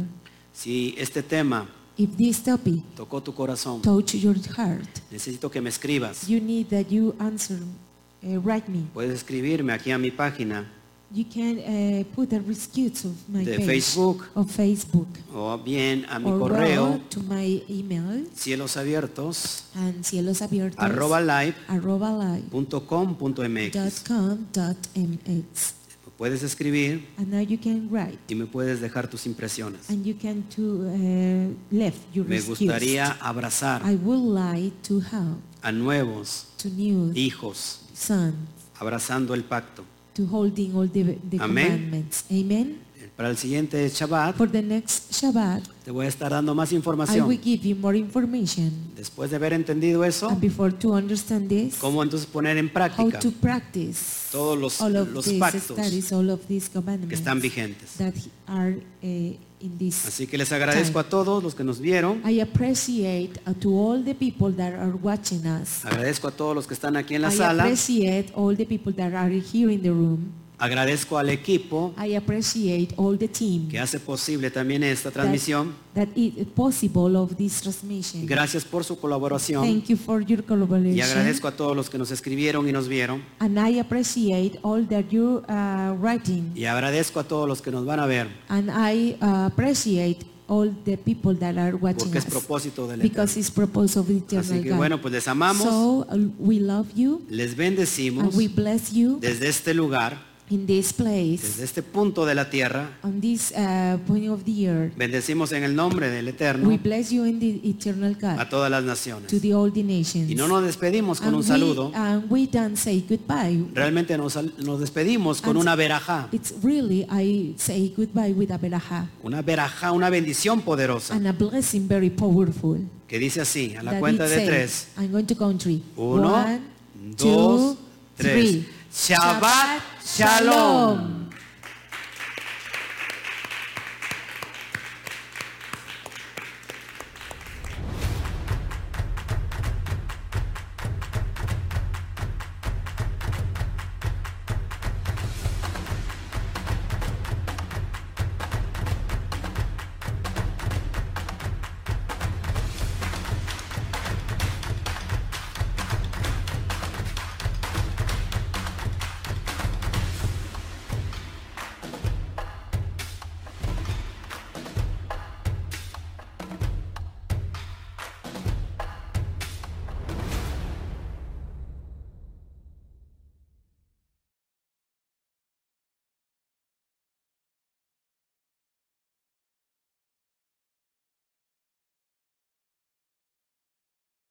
S1: Si este tema
S2: If this topic
S1: tocó tu corazón,
S2: touch your heart,
S1: necesito que me escribas.
S2: you need that you answer, uh, write me.
S1: Puedes escribirme aquí a mi página
S2: You can uh, put a rescue of my
S1: De
S2: page,
S1: Facebook.
S2: of Facebook,
S1: o bien a mi
S2: or
S1: correo
S2: go to my email
S1: cielos abiertos
S2: and cielos abiertos
S1: arroba live
S2: arroba live
S1: punto com punto
S2: dot
S1: mx.
S2: com dot mx.
S1: Puedes escribir
S2: And now you can write
S1: y me puedes dejar tus impresiones.
S2: and you can to uh, left your
S1: Me
S2: rescues.
S1: gustaría abrazar
S2: I would like to have
S1: a nuevos
S2: to new
S1: hijos
S2: son
S1: abrazando el pacto.
S2: to holding all the, the
S1: Amén.
S2: commandments. Amen.
S1: Eh, Para el siguiente Shabbat
S2: For the next Shabbat,
S1: te voy a estar dando más
S2: I will
S1: información.
S2: give you more information.
S1: Después de haber entendido eso,
S2: And before to understand this,
S1: cómo entonces poner en
S2: how
S1: práctica
S2: to practice
S1: todos los,
S2: all of
S1: los
S2: these
S1: pactos
S2: studies, all of these
S1: que
S2: commandments
S1: están vigentes.
S2: that are uh, in this.
S1: Así que les agradezco a todos los que nos vieron.
S2: I appreciate uh, to all the people that are watching us.
S1: Agradezco a todos los que están aquí en la
S2: I
S1: sala.
S2: appreciate all the people that are here in the room.
S1: Agradezco al equipo
S2: I appreciate all the team
S1: que hace posible también esta
S2: that-
S1: transmisión.
S2: that is possible of this transmission.
S1: Gracias por su colaboración
S2: Thank you for your collaboration.
S1: y agradezco a todos los que nos escribieron y nos vieron
S2: And I appreciate all that you are writing.
S1: y agradezco a todos los que nos van a ver
S2: And I uh, appreciate all the people that are watching
S1: porque es
S2: us.
S1: propósito del
S2: Because
S1: Eterno.
S2: it's purpose of the eternal
S1: Así que
S2: God.
S1: bueno, pues les amamos,
S2: So uh, we love you
S1: les
S2: and
S1: bendecimos
S2: we bless you
S1: desde este lugar,
S2: in this place,
S1: desde este punto de la tierra.
S2: on this uh, point of the earth.
S1: Bendecimos en el nombre del
S2: We
S1: Eterno
S2: bless you in the eternal
S1: a
S2: God,
S1: todas las
S2: to
S1: naciones.
S2: the all the nations.
S1: Y no nos despedimos con
S2: And
S1: un
S2: we-
S1: saludo,
S2: And we don't say goodbye.
S1: realmente nos, sal- nos despedimos con
S2: And-
S1: una verajá,
S2: It's really, I say goodbye with a beraha
S1: una verajá, una bendición poderosa.
S2: and a blessing very powerful.
S1: que dice así, a la
S2: that
S1: cuenta
S2: it
S1: de
S2: says,
S1: tres.
S2: I'm going to count three.
S1: Uno,
S2: One,
S1: dos,
S2: two,
S1: tres.
S2: three.
S1: Shabbat shalom.